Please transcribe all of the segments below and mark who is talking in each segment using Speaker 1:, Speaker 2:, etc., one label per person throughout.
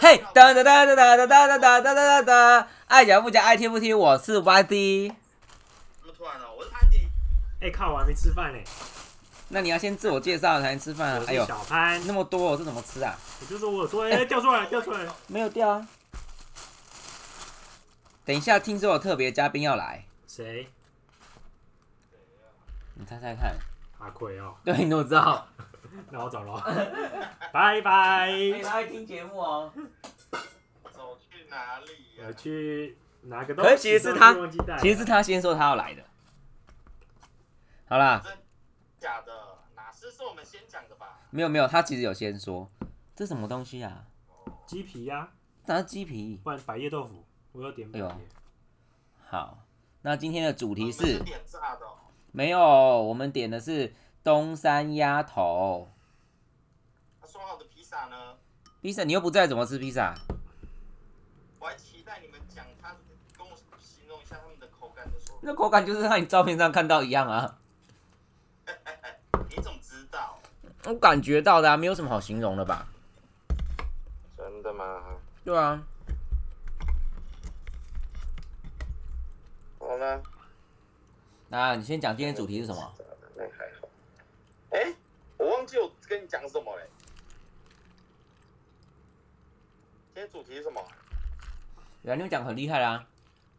Speaker 1: 嘿，哒哒哒哒哒哒哒哒哒哒哒哒，爱讲不讲，爱听不听，我是 YD。
Speaker 2: 那么突然哦，我是潘迪。
Speaker 3: 哎、靠，我还没吃饭呢、
Speaker 1: 那你要先自我介绍才能吃饭啊
Speaker 3: 我！
Speaker 1: 哎
Speaker 3: 是
Speaker 1: 呦，
Speaker 3: 小潘，
Speaker 1: 那么多，这怎么吃啊？
Speaker 3: 我就说我说，哎、掉出来，掉出来，
Speaker 1: 没有掉啊。等一下，听说有特别嘉宾要来，
Speaker 3: 谁？
Speaker 1: 你猜猜看。
Speaker 3: 阿奎哦，
Speaker 1: 对，你怎么知道？
Speaker 3: 那我走了，拜拜。
Speaker 1: 哎他会听节目哦。
Speaker 2: 走去哪里呀、
Speaker 3: 我去拿个东
Speaker 1: 可是其实
Speaker 3: 西，
Speaker 1: 是他
Speaker 3: 东西忘记带了啊
Speaker 1: 其实是他先说他要来的。好啦，
Speaker 2: 假的，哪是是我们先讲的吧？
Speaker 1: 没有没有，他其实有先说，这什么东西啊？
Speaker 3: 鸡皮呀、
Speaker 1: 哪是鸡皮？
Speaker 3: 不然百叶豆腐，我有点百叶
Speaker 1: 哎呦好，那今天的主题
Speaker 2: 你们
Speaker 1: 是
Speaker 2: 点炸的、哦，
Speaker 1: 没有，我们点的是东山鸭头。
Speaker 2: 他说好的披萨呢？
Speaker 1: 披萨，你又不在，怎么吃披萨？
Speaker 2: 我还期待你们讲他跟我形容一下他们的口感的时候，
Speaker 1: 那口感就是和你照片上看到一样啊，
Speaker 2: 你怎么知道？
Speaker 1: 我感觉到的、啊，没有什么好形容的吧？
Speaker 2: 真的吗？
Speaker 1: 对啊，
Speaker 2: 好呢，
Speaker 1: 那你先讲今天主题是什么？？
Speaker 2: 那还好。哎、我忘记我跟你讲什么嘞。今天主题是什么？
Speaker 1: 原来你们讲很厉害啊啦、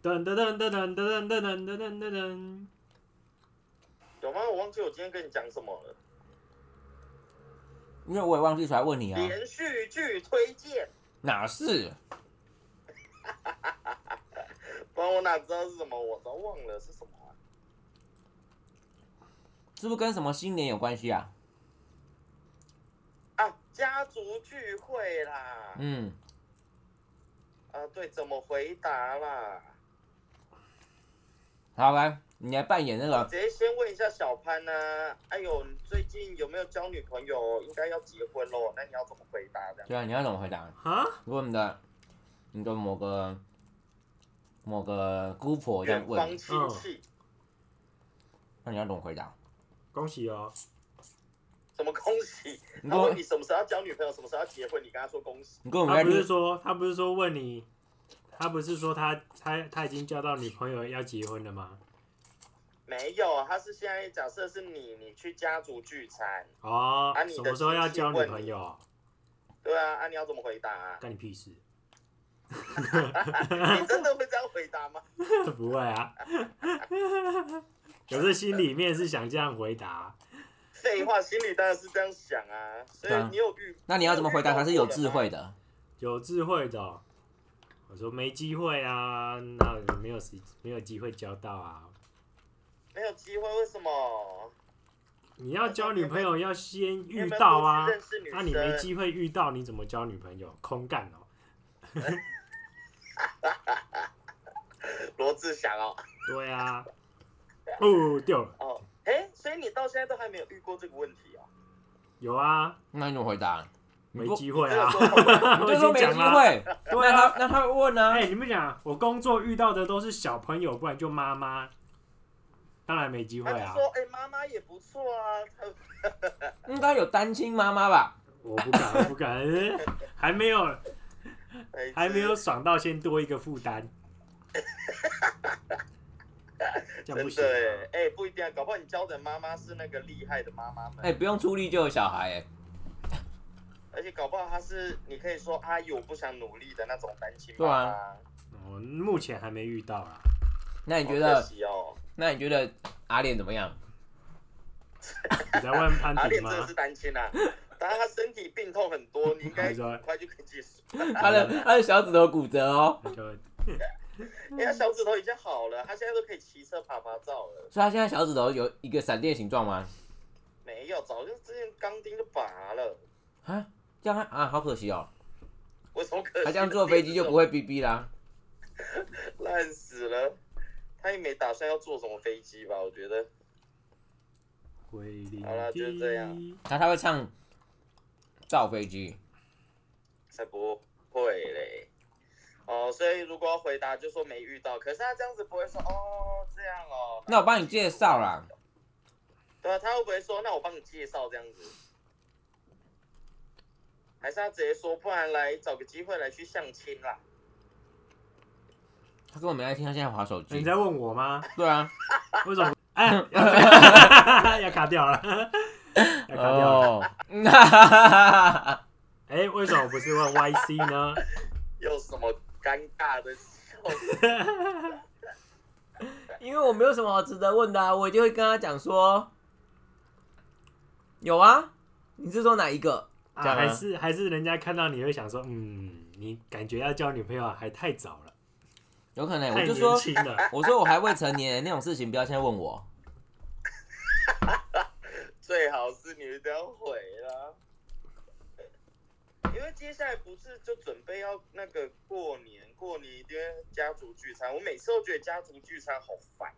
Speaker 3: 噔噔噔噔噔噔噔噔噔噔噔噔，
Speaker 2: 有吗？我忘记我今天跟你讲什么了。
Speaker 1: 因为我也忘记出来问你啊，
Speaker 2: 连续剧推荐，
Speaker 1: 哪是？
Speaker 2: 不然我哪知道是什么？我都忘了是什么、啊。
Speaker 1: 是不是跟什么新年有关系啊？
Speaker 2: 啊，家族聚会啦，
Speaker 1: 嗯，
Speaker 2: 啊，对，怎么回答啦？
Speaker 1: 好来，你来扮演那
Speaker 2: 我
Speaker 1: 个
Speaker 2: 直接先问一下小潘呐、哎呦，你最近有没有交女朋友？应该要结婚喽，那你要怎么回答这样？
Speaker 1: 对啊，你要怎么回答？
Speaker 3: 哈，
Speaker 1: 如果你的你的某个某个姑婆这样
Speaker 2: 远
Speaker 1: 问
Speaker 2: 方
Speaker 1: 你，
Speaker 2: 亲戚，
Speaker 1: 那你要怎么回答？
Speaker 3: 恭喜哦，
Speaker 2: 什么恭喜？他
Speaker 1: 你跟我
Speaker 2: 问你什么时候要交女朋友，什么时候要结婚，你跟他说恭喜。
Speaker 1: 你跟我们在
Speaker 3: 他不是
Speaker 1: 录，
Speaker 3: 说他不是说问你，他不是说他他他已经交到女朋友要结婚了吗？
Speaker 2: 没有，他是现在假设是你，你去家族聚餐，
Speaker 3: 哦，
Speaker 2: 啊你的
Speaker 3: 什么时候要
Speaker 2: 亲戚
Speaker 3: 交女
Speaker 2: 问
Speaker 3: 朋
Speaker 2: 你
Speaker 3: 友？
Speaker 2: 对啊，啊你要怎么回答、 啊？
Speaker 3: 干你屁事！
Speaker 2: 你真的会这样回答吗？
Speaker 3: 不会啊， 可是心里面是想这样回答。
Speaker 2: 废话，心里当然是这样想啊。所以
Speaker 1: 对啊
Speaker 2: 你有遇，
Speaker 1: 那你要怎么回答才是有智慧的？
Speaker 3: 有智慧的哦、我说没机会啊，那没有时没有机会交到啊。
Speaker 2: 没有机会，为什么？
Speaker 3: 你要交女朋友要先
Speaker 2: 你有
Speaker 3: 遇
Speaker 2: 没有
Speaker 3: 到
Speaker 2: 过
Speaker 3: 啊
Speaker 2: 去，认识女
Speaker 3: 那、
Speaker 2: 生
Speaker 3: 你没机会遇到，你怎么交女朋友？空干哦。
Speaker 2: 罗志祥哦，
Speaker 3: 对啊，哦掉了，
Speaker 2: 哦，哎，所以你到现在都还没有遇过这个问题哦。
Speaker 3: 有啊，
Speaker 1: 那你怎么回答？
Speaker 3: 没
Speaker 1: 不
Speaker 3: 机会
Speaker 2: 这个
Speaker 3: 啊
Speaker 2: 说。法
Speaker 1: 你
Speaker 3: 我
Speaker 1: 就
Speaker 3: 已
Speaker 1: 说没
Speaker 3: 经
Speaker 1: 机
Speaker 3: 讲了。
Speaker 1: 会，
Speaker 3: 对
Speaker 1: 那
Speaker 3: 啊，
Speaker 1: 他那他会问呢、
Speaker 3: 哎、你们讲，我工作遇到的都是小朋友，不然就妈妈，当然没机会
Speaker 2: 他
Speaker 3: 啊
Speaker 2: 就。说，哎，妈妈也不错啊。他
Speaker 1: 应该有单亲妈妈吧？
Speaker 3: 我不敢，我不敢， 还没有
Speaker 2: 哎
Speaker 3: 还没有爽到，先多一个负 担，这样
Speaker 2: 真
Speaker 3: 不行啊、
Speaker 2: 的哎，哎，不一定啊，搞不好你教的妈妈是那个厉害的妈妈们，
Speaker 1: 哎、不用出力就有小孩、哎，
Speaker 2: 而且搞不好她是你可以说阿姨我不想努力的那种单亲
Speaker 1: 对
Speaker 2: 妈
Speaker 1: 啊
Speaker 2: 妈。
Speaker 3: 我目前还没遇到啦。啊
Speaker 1: 那你觉
Speaker 2: 好可
Speaker 1: 得？
Speaker 2: 惜哦，
Speaker 1: 那你觉得阿脸怎么 样？
Speaker 3: 你在问潘
Speaker 2: 阿
Speaker 3: 迪
Speaker 2: 脸
Speaker 3: 吗
Speaker 2: 真？的是单亲啊，当然她身体病痛很多，你应 该
Speaker 3: 没错
Speaker 2: 很快就可以结束。
Speaker 1: 他的他的小指头骨折哦，
Speaker 3: 那就
Speaker 2: 人家哎小指头已经好了，他现在都可以骑车爬爬照了。
Speaker 1: 所以他现在小指头有一个闪电形状吗？
Speaker 2: 没有，早就之前钢钉就拔了。
Speaker 1: 啊，这样啊啊，好可惜哦，
Speaker 2: 我什么可惜？
Speaker 1: 他这样坐飞机就不会哔哔啦。
Speaker 2: 烂死了。他也没打算要坐什么飞机吧？我觉得
Speaker 3: 归零
Speaker 2: 好啦就这样
Speaker 1: 那他会唱造飞机，
Speaker 2: 才不会嘞。哦，所以如果要回答就说没遇到，可是他这样子不会说哦这样哦。
Speaker 1: 那我帮你介绍啦。
Speaker 2: 对啊，他会不会说那我帮你介绍这样子？还是他直接说，不然来找个机会来去相亲啦。
Speaker 1: 他根本没在听，他现在划手
Speaker 3: 哎你
Speaker 1: 机。
Speaker 3: 在问我吗？
Speaker 1: 对 啊，
Speaker 3: 为什么？哎，要 要卡掉了，要哎卡掉了。
Speaker 1: 哦，哈哈哈 哈
Speaker 3: 哎、为什么不是问 YC 呢？
Speaker 2: 有什么尴尬的笑 话？
Speaker 1: 因为我没有什么好值得问的、啊，我就会跟他讲说，有啊，你是说哪一个？
Speaker 3: 啊、
Speaker 1: 这样啊
Speaker 3: 还是还是人家看到你会想说，嗯，你感觉要交女朋友还太早了，
Speaker 1: 有可能，
Speaker 3: 太
Speaker 1: 我就
Speaker 3: 年
Speaker 1: 说，
Speaker 3: 轻了。
Speaker 1: 我说我还未成年，那种事情不要现在问我。
Speaker 2: 最好是你们不要回了，因为接下来不是就准备要那个过年，过年一定会家族聚餐。我每次都觉得家族聚餐好烦，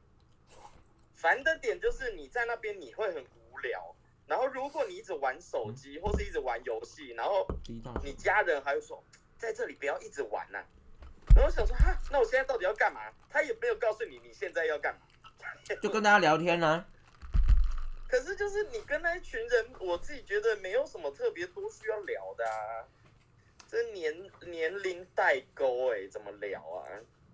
Speaker 2: 烦的点就是你在那边你会很无聊，然后如果你一直玩手机或是一直玩游戏，然后
Speaker 1: 第一道
Speaker 2: 你家人还会说在这里不要一直玩呐、然后我想说哈，那我现在到底要干嘛？他也没有告诉你你现在要干嘛。
Speaker 1: 就跟大家聊天啊，
Speaker 2: 可是就是你跟那一群人，我自己觉得没有什么特别多需要聊的啊。这年年龄代沟哎、怎么聊啊？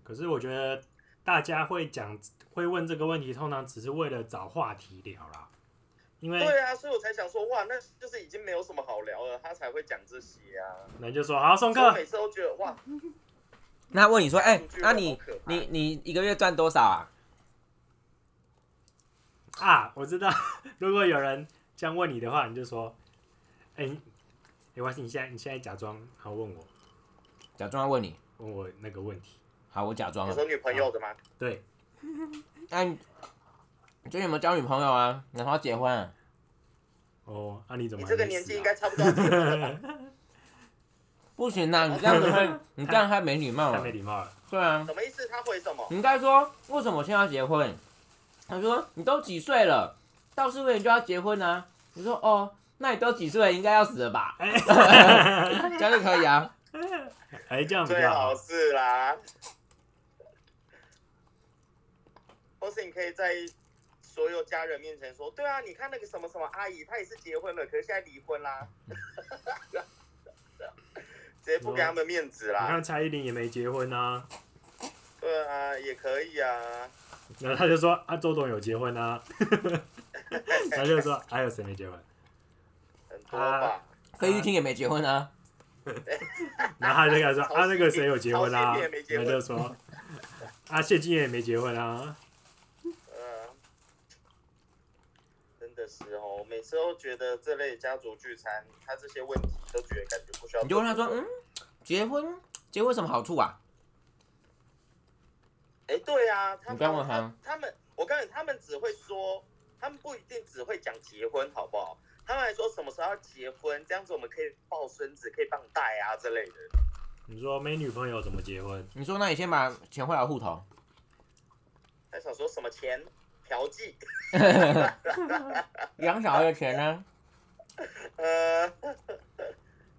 Speaker 3: 可是我觉得大家会讲会问这个问题，通常只是为了找话题聊啦，因为
Speaker 2: 对啊，所以我才想说，哇，那就是已经没有什么好聊了，他才会讲这些啊。
Speaker 3: 人就说好送
Speaker 2: 所以我
Speaker 3: 客，
Speaker 2: 每次都觉得哇，
Speaker 1: 那他问你说，哎、
Speaker 2: 数据
Speaker 1: 那
Speaker 2: 好
Speaker 1: 你
Speaker 2: 可怕
Speaker 1: 你你一个月赚多少啊？
Speaker 3: 啊，我知道， 如果有人这样问你的话，你就说，哎、你哎，我、你现在你现在假装好问我
Speaker 1: 假装要问你，
Speaker 3: 问我那个问题，
Speaker 1: 好，我假装
Speaker 2: 你
Speaker 1: 了
Speaker 2: 说。女朋友的吗？
Speaker 3: 对，
Speaker 1: 那、你你最近有没有交女朋友啊？然后要结婚、啊？
Speaker 3: 哦，啊，你怎么
Speaker 2: 你
Speaker 3: 还
Speaker 2: 这个
Speaker 3: 没
Speaker 2: 年
Speaker 3: 死
Speaker 2: 纪
Speaker 3: 啊
Speaker 2: 应该差不多要结婚了吧。
Speaker 1: 不行啊，你这样子会，你这样太没礼貌
Speaker 3: 太
Speaker 1: 了
Speaker 3: 没。礼貌了，
Speaker 1: 对啊，
Speaker 2: 什么意思？他回什么？
Speaker 1: 你应该说为什么现在要结婚？他说你都几岁了，到四岁就要结婚啊？你说哦，那你都几岁了，应该要死了吧？
Speaker 3: 哎、
Speaker 1: 这样就可以啊。
Speaker 3: 哎、这样比
Speaker 2: 最
Speaker 3: 较
Speaker 2: 好
Speaker 3: 好，
Speaker 2: 是啦。或是你可以在所有家人面前说，对啊，你看那个什么什么阿姨，她也是结婚了，可是现在离婚啦， 直接不给他们面子
Speaker 1: 啊
Speaker 2: 啦。
Speaker 3: 你看蔡依林也没结婚啊，
Speaker 2: 对啊，也可以啊。
Speaker 3: 然后他就说啊，周董有结婚 啊， 他就说还有谁没结婚？
Speaker 2: 很多吧，
Speaker 1: 费玉清也没结婚啊，
Speaker 3: 然后他就跟 他说
Speaker 2: 曹
Speaker 3: 啊，那
Speaker 2: 幸
Speaker 3: 个
Speaker 2: 运
Speaker 3: 谁有结婚
Speaker 2: 曹
Speaker 3: 啊
Speaker 2: 幸运也没？结
Speaker 3: 他
Speaker 2: 婚
Speaker 3: 就说啊，谢金燕也没结婚啊。
Speaker 2: 嗯、真的是哦，我每次都觉得这类家族聚餐，他这些问题都觉得感觉不需要。
Speaker 1: 你就问他说，嗯，，结婚结婚有什么好处啊？
Speaker 2: 哎、对啊，他们
Speaker 1: 你不要问他
Speaker 2: 他们，我告诉你，他们只会说，他们不一定只会讲结婚，好不好？他们还说什么时候要结婚，这样子我们可以抱孙子，可以放贷啊之类的。
Speaker 3: 你说没女朋友怎么结婚？
Speaker 1: 你说那你先把钱汇到户头，
Speaker 2: 他想说什么钱嫖妓，
Speaker 1: 养小孩的钱啊呢？
Speaker 2: 呃，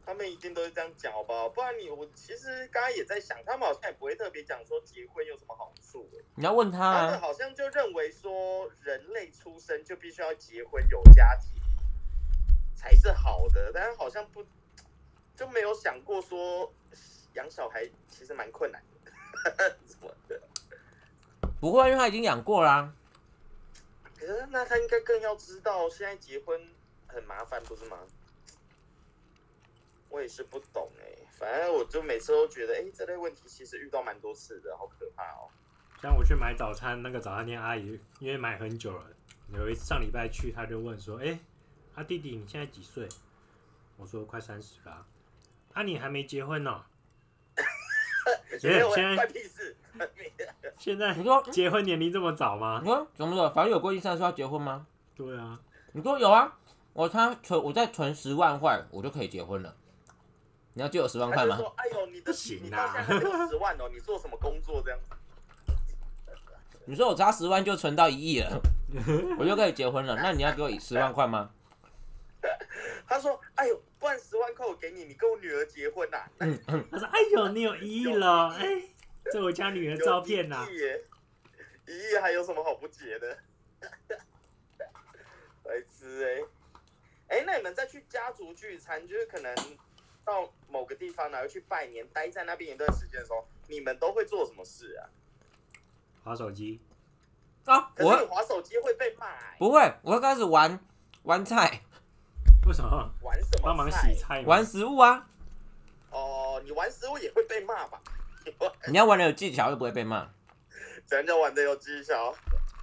Speaker 2: 他们一定都是这样讲，好不好？不然你我其实刚刚也在想，他们好像也不会特别讲说结婚有什么好处、欸
Speaker 1: 你要问他
Speaker 2: 他们
Speaker 1: 啊，
Speaker 2: 好像就认为说，人类出生就必须要结婚有家庭才是好的，但是好像不就没有想过说养小孩其实蛮困难的，什么的。
Speaker 1: 不会，因为他已经养过啦、啊
Speaker 2: 可是那他应该更要知道，现在结婚很麻烦，不是吗？我也是不懂哎、反正我就每次都觉得，哎、这类问题其实遇到蛮多次的，好可怕哦。
Speaker 3: 像我去买早餐，那个早餐店阿姨因为买很久了，有一次上礼拜去，她就问说：“哎、啊弟弟，你现在几岁？”我说：“快三十啦。”啊，你还没结婚呢、
Speaker 2: 没有
Speaker 3: 现在
Speaker 2: 关屁事，
Speaker 3: 现在
Speaker 1: 你说
Speaker 3: 结婚年龄这么早吗
Speaker 1: 你？说怎么说？法律有规定三十岁要结婚吗？
Speaker 3: 对啊，
Speaker 1: 你说有啊，我他存我再存十万块，我就可以结婚了。你要借我十万
Speaker 2: 他
Speaker 1: 块
Speaker 2: 就
Speaker 1: 吗？
Speaker 2: 说：“哎呦，你的
Speaker 3: 不行啊
Speaker 2: 你到现在还没有十万哦，你做什么工作这样？
Speaker 1: 你说我差十万就存到一亿了，我就可以结婚了。那你要给我十万块吗？
Speaker 2: 他说：“哎呦，不然十万块我给你，你跟我女儿结婚 呐、啊。
Speaker 3: 她说：“哎呦，你有一亿了，哎、这我家女”儿照片呐、
Speaker 2: 一亿耶， 一亿还有什么好不结的？ 欸白痴哎、哎、那你们再去家族聚餐，就是可能常哪会去拜年，待在那边一段时间的时候，你们都会做什么事啊？
Speaker 3: 划手机，
Speaker 1: 啊，
Speaker 2: 可
Speaker 1: 我
Speaker 2: 是你
Speaker 1: 会
Speaker 2: 划手机会被骂、欸，
Speaker 1: 不会，我会开始玩玩菜、
Speaker 3: 为什么？
Speaker 2: 玩什么？
Speaker 3: 帮忙洗。菜吗，
Speaker 1: 玩食物啊。
Speaker 2: 哦，你玩食物也会被骂吧？
Speaker 1: 你要玩的有技巧，就不会被骂。
Speaker 2: 怎样叫玩的有技巧？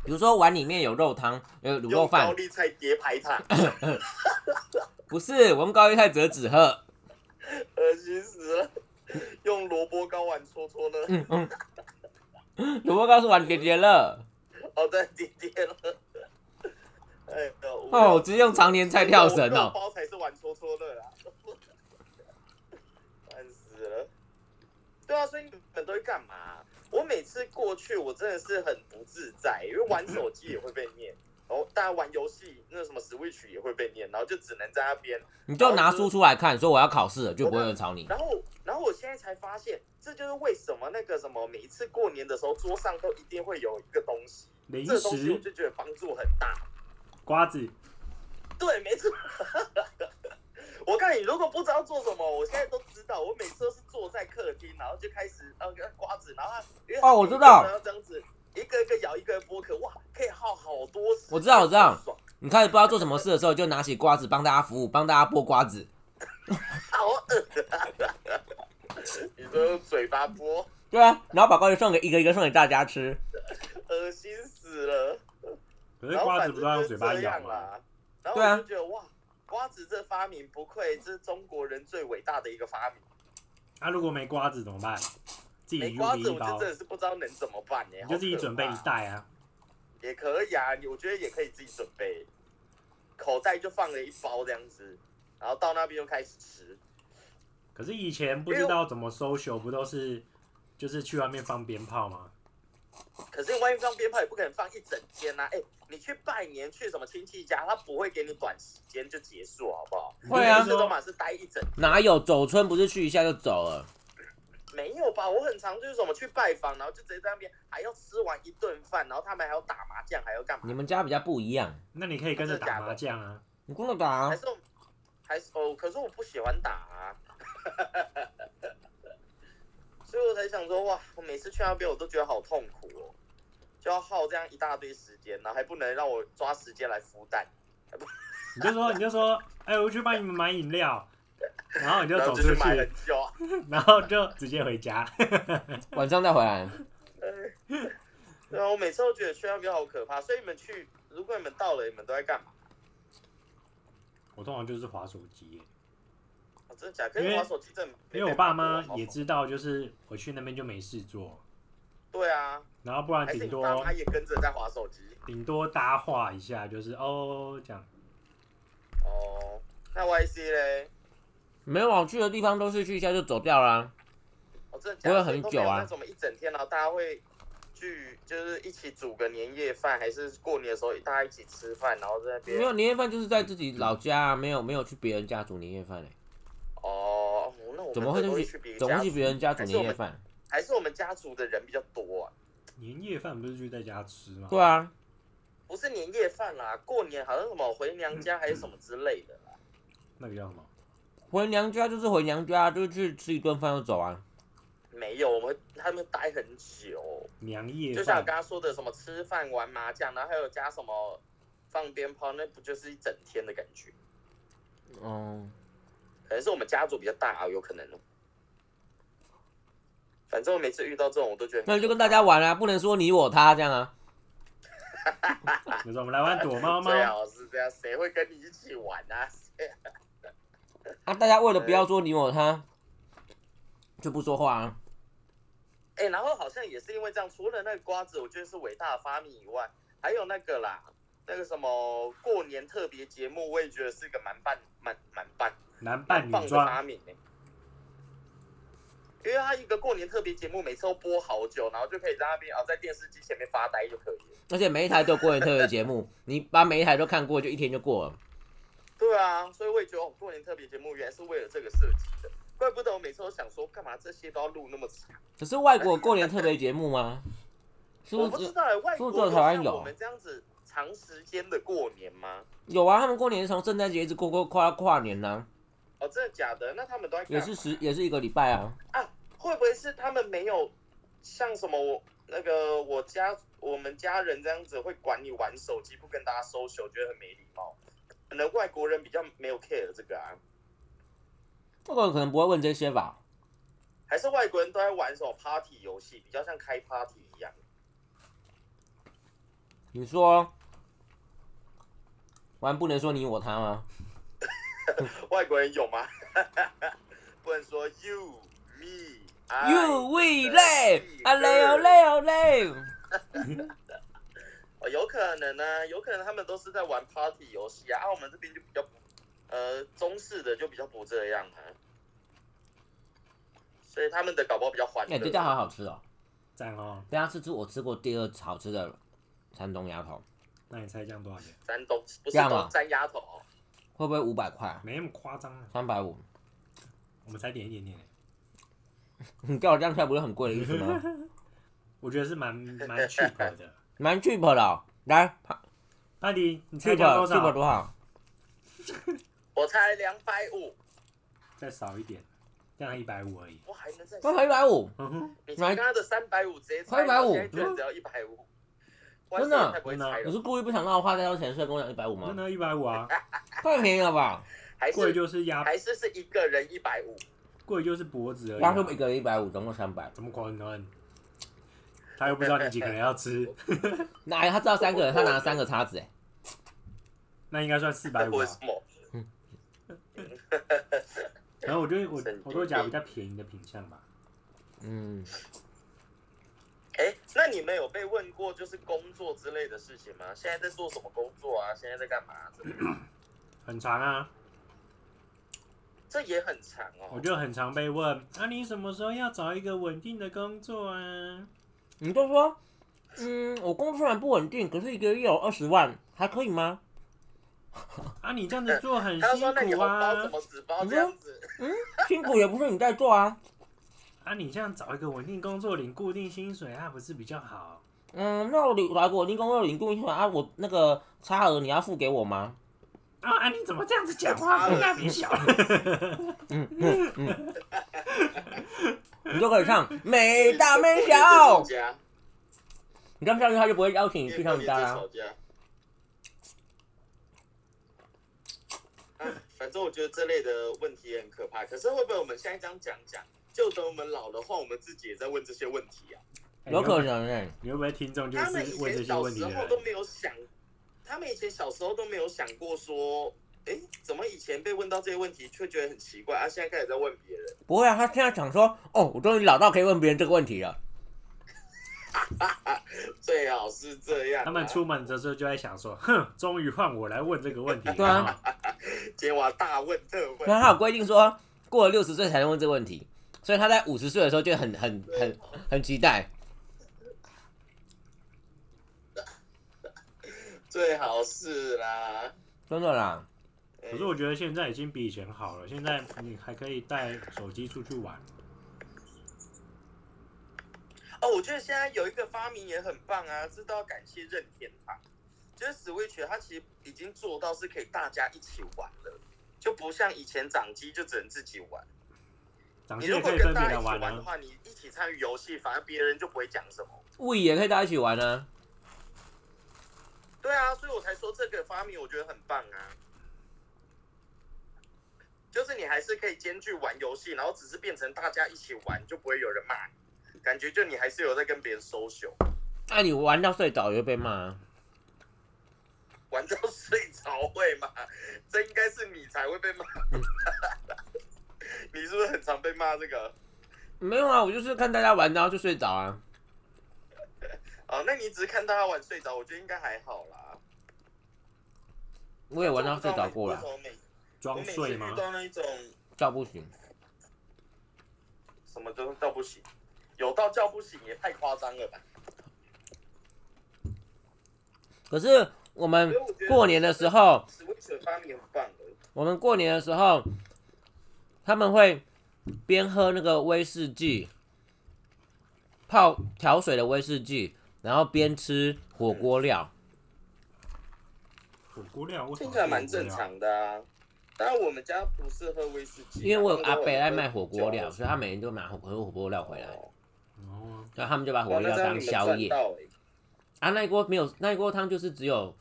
Speaker 1: 比如说碗里面有肉汤，有卤肉
Speaker 2: 用高
Speaker 1: 饭，
Speaker 2: 丽菜叠排塔，
Speaker 1: 不是我们高丽菜折纸鹤。
Speaker 2: 恶心死了。用萝卜糕碗搓搓乐。
Speaker 1: 嗯嗯，萝卜糕是玩叠叠乐。
Speaker 2: 哦，对，叠叠了。哎呦，
Speaker 1: 哦，我直接用常年菜跳绳
Speaker 2: 肉
Speaker 1: 哦。
Speaker 2: 包才是玩戳戳乐啊！烦死了。对啊，所以你们都会干嘛、我每次过去，我真的是很不自在，因为玩手机也会被念，然后大家玩游戏那什么 Switch 也会被念，然后就只能在那边。
Speaker 1: 你就拿书出来看，说我要考试了，就不会有人吵你。
Speaker 2: 然后，然后我现在才发现，这就是为什么那个什么，每一次过年的时候，桌上都一定会有一个东西，
Speaker 3: 零
Speaker 2: 这个东西我
Speaker 3: 食、
Speaker 2: 就觉得帮助很大。
Speaker 3: 瓜子，
Speaker 2: 对，没错。 我看你如果不知道做什么，我现在都知道。我每次都是坐在客厅，然后就开始呃瓜子，然后它因为它
Speaker 1: 哦我知道
Speaker 2: 然后这样子一个一个咬，一个一个剥壳，哇，可以耗好多时间
Speaker 1: 我知道我知道
Speaker 2: 好爽
Speaker 1: 你开始不知道做什么事的时候，就拿起瓜子帮大家服务，帮大家剥瓜子。
Speaker 2: 好饿。 你说用嘴巴剥，
Speaker 1: 对啊，然后把瓜子送给一个一个送给大家吃。
Speaker 2: 恶心死了。
Speaker 3: 可是
Speaker 2: 然后
Speaker 3: 瓜
Speaker 2: 反
Speaker 3: 子
Speaker 2: 正
Speaker 3: 不都要
Speaker 2: 就
Speaker 3: 用
Speaker 2: 是
Speaker 3: 嘴巴
Speaker 2: 这
Speaker 3: 咬
Speaker 2: 样
Speaker 3: 吗？
Speaker 2: 啦。然后
Speaker 1: 对啊
Speaker 2: 我就觉得哇，瓜子这发明不愧是中国人最伟大的一个发明。
Speaker 3: 啊，如果没瓜子怎么办？自己
Speaker 2: 没
Speaker 3: U
Speaker 2: 瓜
Speaker 3: B
Speaker 2: 子，
Speaker 3: 一
Speaker 2: 我就
Speaker 3: 包，
Speaker 2: 真的是不知道能怎么办哎、
Speaker 3: 你
Speaker 2: 好
Speaker 3: 就自己
Speaker 2: 可
Speaker 3: 准备
Speaker 2: 怕
Speaker 3: 一袋啊。
Speaker 2: 也可以啊，我觉得也可以自己准备，口袋就放了一包这样子，然后到那边就开始吃。
Speaker 3: 可是以前不知道怎么 social，不都是就是去外面放鞭炮吗？
Speaker 2: 可是外面放鞭炮也不可能放一整天呐、啊，哎、你去拜年去什么亲戚家，他不会给你短时间就结束，好不好？
Speaker 1: 会啊
Speaker 2: 你每次都嘛是待一整，
Speaker 1: 哪有走村不是去一下就走了？
Speaker 2: 没有吧？我很常就是什么去拜访，然后就直接在那边还要吃完一顿饭，然后他们还要打麻将，还要干嘛？
Speaker 1: 你们家比较不一样，
Speaker 3: 那你可以跟着打麻将啊。
Speaker 1: 你跟我打、啊
Speaker 2: 还。 是我还是哦，可是我不喜欢打、啊， 所以我才想说，哇，我每次去那边我都觉得好痛苦哦，就要耗这样一大堆时间，然后还不能让我抓时间来孵蛋，
Speaker 3: 你就说你就说，哎、我去帮你们买饮料，然后你就
Speaker 2: 然
Speaker 3: 走
Speaker 2: 后就
Speaker 3: 出
Speaker 2: 去买很
Speaker 3: 去，
Speaker 2: 久。啊
Speaker 3: 然后就直接回家。
Speaker 1: 晚上再回来。
Speaker 2: 对啊，我每次都觉得去那边好可怕。所以你们去，如果你们到了，你们都在干嘛？
Speaker 3: 我通常就是划手机耶，
Speaker 2: 我、哦真的假的？可
Speaker 3: 因
Speaker 2: 是
Speaker 3: 为
Speaker 2: 玩手机真的没
Speaker 3: 因为我爸妈
Speaker 2: 没办法
Speaker 3: 也知道，就是我去那边就没事做，
Speaker 2: 对啊，
Speaker 3: 然后不然
Speaker 2: 还是
Speaker 3: 顶
Speaker 2: 你爸
Speaker 3: 多
Speaker 2: 妈也跟着在划手机
Speaker 3: 顶多搭话一下，就是哦这样。
Speaker 2: 哦。那 YC 嘞？
Speaker 1: 没有啊，我去的地方都是去一下就走掉啊啦、
Speaker 2: 我哦真的假的
Speaker 1: 不会很
Speaker 2: 所
Speaker 1: 久啊
Speaker 2: 以都没有那种一整天，然后大家会聚，就是一起煮个年夜饭，还是过年的时候大家一起吃饭，然后在那
Speaker 1: 没有
Speaker 2: 边。哦
Speaker 1: 年夜饭就是在自己老家、啊，没有没有去别人家煮年夜饭嘞、
Speaker 2: 哦，那我们
Speaker 1: 怎么会
Speaker 2: 都
Speaker 1: 去
Speaker 2: 去别人
Speaker 1: 怎么
Speaker 2: 家
Speaker 1: 会去别人家煮年夜饭？
Speaker 2: 还是我们家族的人比较多啊？
Speaker 3: 年夜饭不是就在家吃吗？
Speaker 1: 对啊，
Speaker 2: 不是年夜饭啦、过年好像什么回娘家还是什么之类的啦。
Speaker 3: 那个叫什么？
Speaker 1: 回娘家就是回娘家，就是去吃一顿饭就走啊。
Speaker 2: 没有，我们他们待很久，
Speaker 3: 年夜
Speaker 2: 就像我
Speaker 3: 饭
Speaker 2: 刚刚说的，什么吃饭、玩麻将，然后还有加什么放鞭炮，那不就是一整天的感觉？
Speaker 1: 哦、
Speaker 2: 可能是我们家族比较大啊，有可能哦。反正我每次遇到这种，我都觉得
Speaker 1: 那你就跟大家玩啊，不能说你我他这样啊。
Speaker 3: 那时候我们来玩躲猫 猫，
Speaker 2: 最好是这样，谁会跟你一起玩啊？谁
Speaker 1: 啊，大家为了不要说你我他，就不说话啊。
Speaker 2: 哎、然后好像也是因为这样，除了那个瓜子，我觉得是伟大的发明以外，还有那个啦，那个什么过年特别节目，我也觉得是个蛮棒、蛮蛮棒、
Speaker 3: 男扮
Speaker 2: 蛮
Speaker 3: 女
Speaker 2: 棒的
Speaker 3: 装
Speaker 2: 发，明呢、因为他一个过年特别节目，每次都播好久，然后就可以在那边啊，在电视机前面发呆就可以了。
Speaker 1: 而且每一台都有过年特别节目，你把每一台都看过，就一天就过了。
Speaker 2: 对啊，所以我也觉得哦，过年特别节目原来是为了这个设计的，怪不得我每次都想说，干嘛这些都要录那么长？
Speaker 1: 可是外国过年特别节目吗？是
Speaker 2: 我
Speaker 1: 不
Speaker 2: 不
Speaker 1: 是
Speaker 2: 知
Speaker 1: 只
Speaker 2: 道、欸、外
Speaker 1: 是不
Speaker 2: 国
Speaker 1: 是只有台湾
Speaker 2: 像
Speaker 1: 有
Speaker 2: 我们这样子长时间的过年吗？
Speaker 1: 有啊？他们过年是从圣诞节一直过过跨到跨年呢、
Speaker 2: 哦，真的假的？那他们都在
Speaker 1: 也
Speaker 2: 干
Speaker 1: 是
Speaker 2: 嘛？
Speaker 1: 十也是一个礼拜啊。
Speaker 2: 会不会是他们没有像什么我那个我家我们家人这样子会管你玩手机，不跟大家 social，觉得很没礼貌？可能外国人比较没有 care 这个啊，
Speaker 1: 外国人可能不会问这些吧？
Speaker 2: 还是外国人都在玩什么 party 游戏，比较像开 party 一样。
Speaker 1: 你说玩不能说你我他吗？
Speaker 2: 外国人有吗？ 不能说 you me I
Speaker 1: You we
Speaker 2: 的
Speaker 1: live,
Speaker 2: 一
Speaker 1: 啊累
Speaker 2: 个
Speaker 1: 哦累哦累。
Speaker 2: 哦，有可能啊，有可能他们都是在玩 party 游戏啊，啊我们这边就比较不，呃，中式的就比较不这样啊，所以他们的搞不好比较欢
Speaker 1: 哎、
Speaker 2: 乐。
Speaker 1: 这家好好吃哦！
Speaker 3: 赞哦！
Speaker 1: 等下吃吃我吃过第二好吃的山东鸭头，
Speaker 3: 那你猜这样多少钱？
Speaker 2: 山东不是
Speaker 1: 这样啊
Speaker 2: 东山鸭头哦，
Speaker 1: 会不会五百块啊？
Speaker 3: 没那么夸张啊，
Speaker 1: 三百五？
Speaker 3: 我们才点一点点欸、
Speaker 1: 你叫我这样跳不是很贵的意思吗？
Speaker 3: 我觉得是蛮蛮 cheap 的。
Speaker 1: 蛮 cheap 的哦、来
Speaker 3: 巴迪，你猜
Speaker 1: cheap
Speaker 3: 这样多
Speaker 1: cheap 啊
Speaker 3: 少？
Speaker 1: 多少？
Speaker 2: 我才两百五，
Speaker 3: 再少一点，这样一百五而已。
Speaker 2: 我还能再
Speaker 1: 刚才一百五，
Speaker 3: 嗯哼，
Speaker 2: 你从刚刚的三百五直接
Speaker 1: 快
Speaker 2: 猜
Speaker 1: 150
Speaker 2: 我现在居然只要一百五，哇
Speaker 1: 真的
Speaker 2: 这也太不会猜
Speaker 1: 你
Speaker 2: 了，
Speaker 1: 是故意不想让我花太多钱，所以跟我讲一百五
Speaker 3: 真
Speaker 1: 吗？
Speaker 3: 的，一百五啊。
Speaker 1: 太便宜了吧？
Speaker 2: 哎还
Speaker 3: 贵
Speaker 2: 是
Speaker 3: 就是鸭，
Speaker 2: 还是是一个人一百五，
Speaker 3: 贵就是脖子而已、
Speaker 1: 鸭是一
Speaker 3: 啊。
Speaker 1: 个人一百五，总共三百。
Speaker 3: 怎么可能？他又不知道你几个人要 吃，
Speaker 1: 那他知道三个人，他拿了三个叉子哎、
Speaker 3: 那应该算四百五
Speaker 2: 为
Speaker 3: 啊
Speaker 2: 什。么？
Speaker 3: 然后我觉得我
Speaker 2: 神经
Speaker 3: 我都会讲比较便宜的品相吧。
Speaker 1: 嗯，
Speaker 2: 哎，那你们有被问过就是工作之类的事情吗？现在在做什么工作啊？现在在干嘛啊、这种
Speaker 3: 很长啊，
Speaker 2: 这也很长哦。
Speaker 3: 我就很常被问，啊你什么时候要找一个稳定的工作啊？
Speaker 1: 你就说，嗯，我工作虽然不稳定，可是一个月有二十万，还可以吗？
Speaker 3: 啊你这样子做很
Speaker 2: 他就说：“那你
Speaker 3: 辛
Speaker 2: 红
Speaker 3: 苦
Speaker 2: 包怎
Speaker 3: 啊，
Speaker 2: 么只包这样子
Speaker 1: 辛苦也不是你在做啊。
Speaker 3: 啊你这样找一个稳定工作领固定薪水啊，不是比较好？
Speaker 1: 嗯，那我领来我领工作领固定薪水啊，我那个差额你要付给我吗？
Speaker 3: 啊啊你怎么这样子讲话？不大不小，
Speaker 1: 嗯嗯嗯，你就可以 唱美大美小，
Speaker 2: 家，
Speaker 1: 你这样下去他就不会邀请
Speaker 2: 你
Speaker 1: 你去他们家啊啦
Speaker 2: 吵。架。哎反正我觉得这类的问题也很可怕。可是会不会我们现在这样讲讲，就等我们老的话，我们自己也在问这些问题啊？
Speaker 1: 有可能哎、
Speaker 3: 你会不会听众就
Speaker 2: 他
Speaker 3: 是
Speaker 2: 们以
Speaker 3: 问这
Speaker 2: 前
Speaker 3: 些
Speaker 2: 小
Speaker 3: 问题啊
Speaker 2: 时
Speaker 3: 的
Speaker 2: 候都
Speaker 3: 人？
Speaker 2: 没有想，他们以前小时候都没有想过说，哎，怎么以前被问到这些问题，却觉得很奇怪啊？现在开始在问别人，
Speaker 1: 不会啊，他现在想说，哦，我终于老到可以问别人这个问题了。
Speaker 2: 最好是这样啊、
Speaker 3: 他们出门的时候就在想说，哼，终于换我来问这个问题了。
Speaker 1: 对啊
Speaker 2: 今晚大问特问，
Speaker 1: 那他有规定说，过了六十岁才能问这个问题，所以他在五十岁的时候就很很很很期待。
Speaker 2: 最好是啦。
Speaker 1: 真的啦，
Speaker 2: 哎
Speaker 3: 可是我觉得现在已经比以前好了，现在你还可以带手机出去玩。
Speaker 2: 哦，我觉得现在有一个发明也很棒啊，这都要感谢任天堂。就是 Switch 它其实已经做到是可以大家一起玩了，就不像以前掌机就只能自己玩。
Speaker 3: 长
Speaker 2: 你
Speaker 3: 期也
Speaker 2: 如果
Speaker 3: 哦可以
Speaker 2: 跟
Speaker 3: 分
Speaker 2: 大
Speaker 3: 别
Speaker 2: 家
Speaker 3: 来
Speaker 2: 一起
Speaker 3: 玩
Speaker 2: 玩的
Speaker 3: 啊。
Speaker 2: 话，你一起参与游戏，反而别人就不会讲什么。
Speaker 1: 物理也可以大家一起玩啊。
Speaker 2: 对啊，所以我才说这个发明我觉得很棒啊。就是你还是可以兼具玩游戏，然后只是变成大家一起玩，就不会有人骂你，感觉就你还是有在跟别人 social，
Speaker 1: 那、啊你玩到睡着也会被骂、啊。
Speaker 2: 玩到睡着会吗？这应该是你才会被骂。 你是不是很常被骂这个？
Speaker 1: 没有啊，我就是看大家玩，然后就睡着啊。
Speaker 2: 哦，那你只是看大家玩睡着，我觉得应该还好啦。
Speaker 1: 我也玩到睡着过
Speaker 2: 我
Speaker 1: 了
Speaker 2: 不知，道为什么每
Speaker 3: 装
Speaker 2: 我每次
Speaker 3: 睡吗
Speaker 2: 遇？到那一种
Speaker 1: 叫不醒。
Speaker 2: 什么都叫不醒，有到叫不醒也太夸张了吧？
Speaker 1: 可是我们过年的时候，
Speaker 2: Switch 的发明很棒的，
Speaker 1: 我们过年的时候，他们会边喝那个威士忌，泡调水的威士忌，然后边吃火锅料。
Speaker 3: 火锅料，我
Speaker 2: 听起来蛮正。常的啊。但我们家不是喝威士忌啊，
Speaker 1: 因为我有
Speaker 2: 他
Speaker 1: 阿
Speaker 2: 们都
Speaker 1: 伯
Speaker 2: 有
Speaker 1: 在
Speaker 2: 喝
Speaker 1: 卖火
Speaker 2: 酒
Speaker 1: 锅
Speaker 2: 啊
Speaker 1: 料，所以他每天都买火锅火锅料回来，
Speaker 2: 哦
Speaker 3: 哦，
Speaker 1: 然后他们就把
Speaker 2: 啊
Speaker 1: 火
Speaker 2: 哇
Speaker 1: 锅
Speaker 2: 那
Speaker 1: 料
Speaker 2: 这样
Speaker 1: 当
Speaker 2: 你们
Speaker 1: 宵
Speaker 2: 赚
Speaker 1: 夜。
Speaker 2: 到欸
Speaker 1: 啊，那一锅没有，那一锅汤就是只有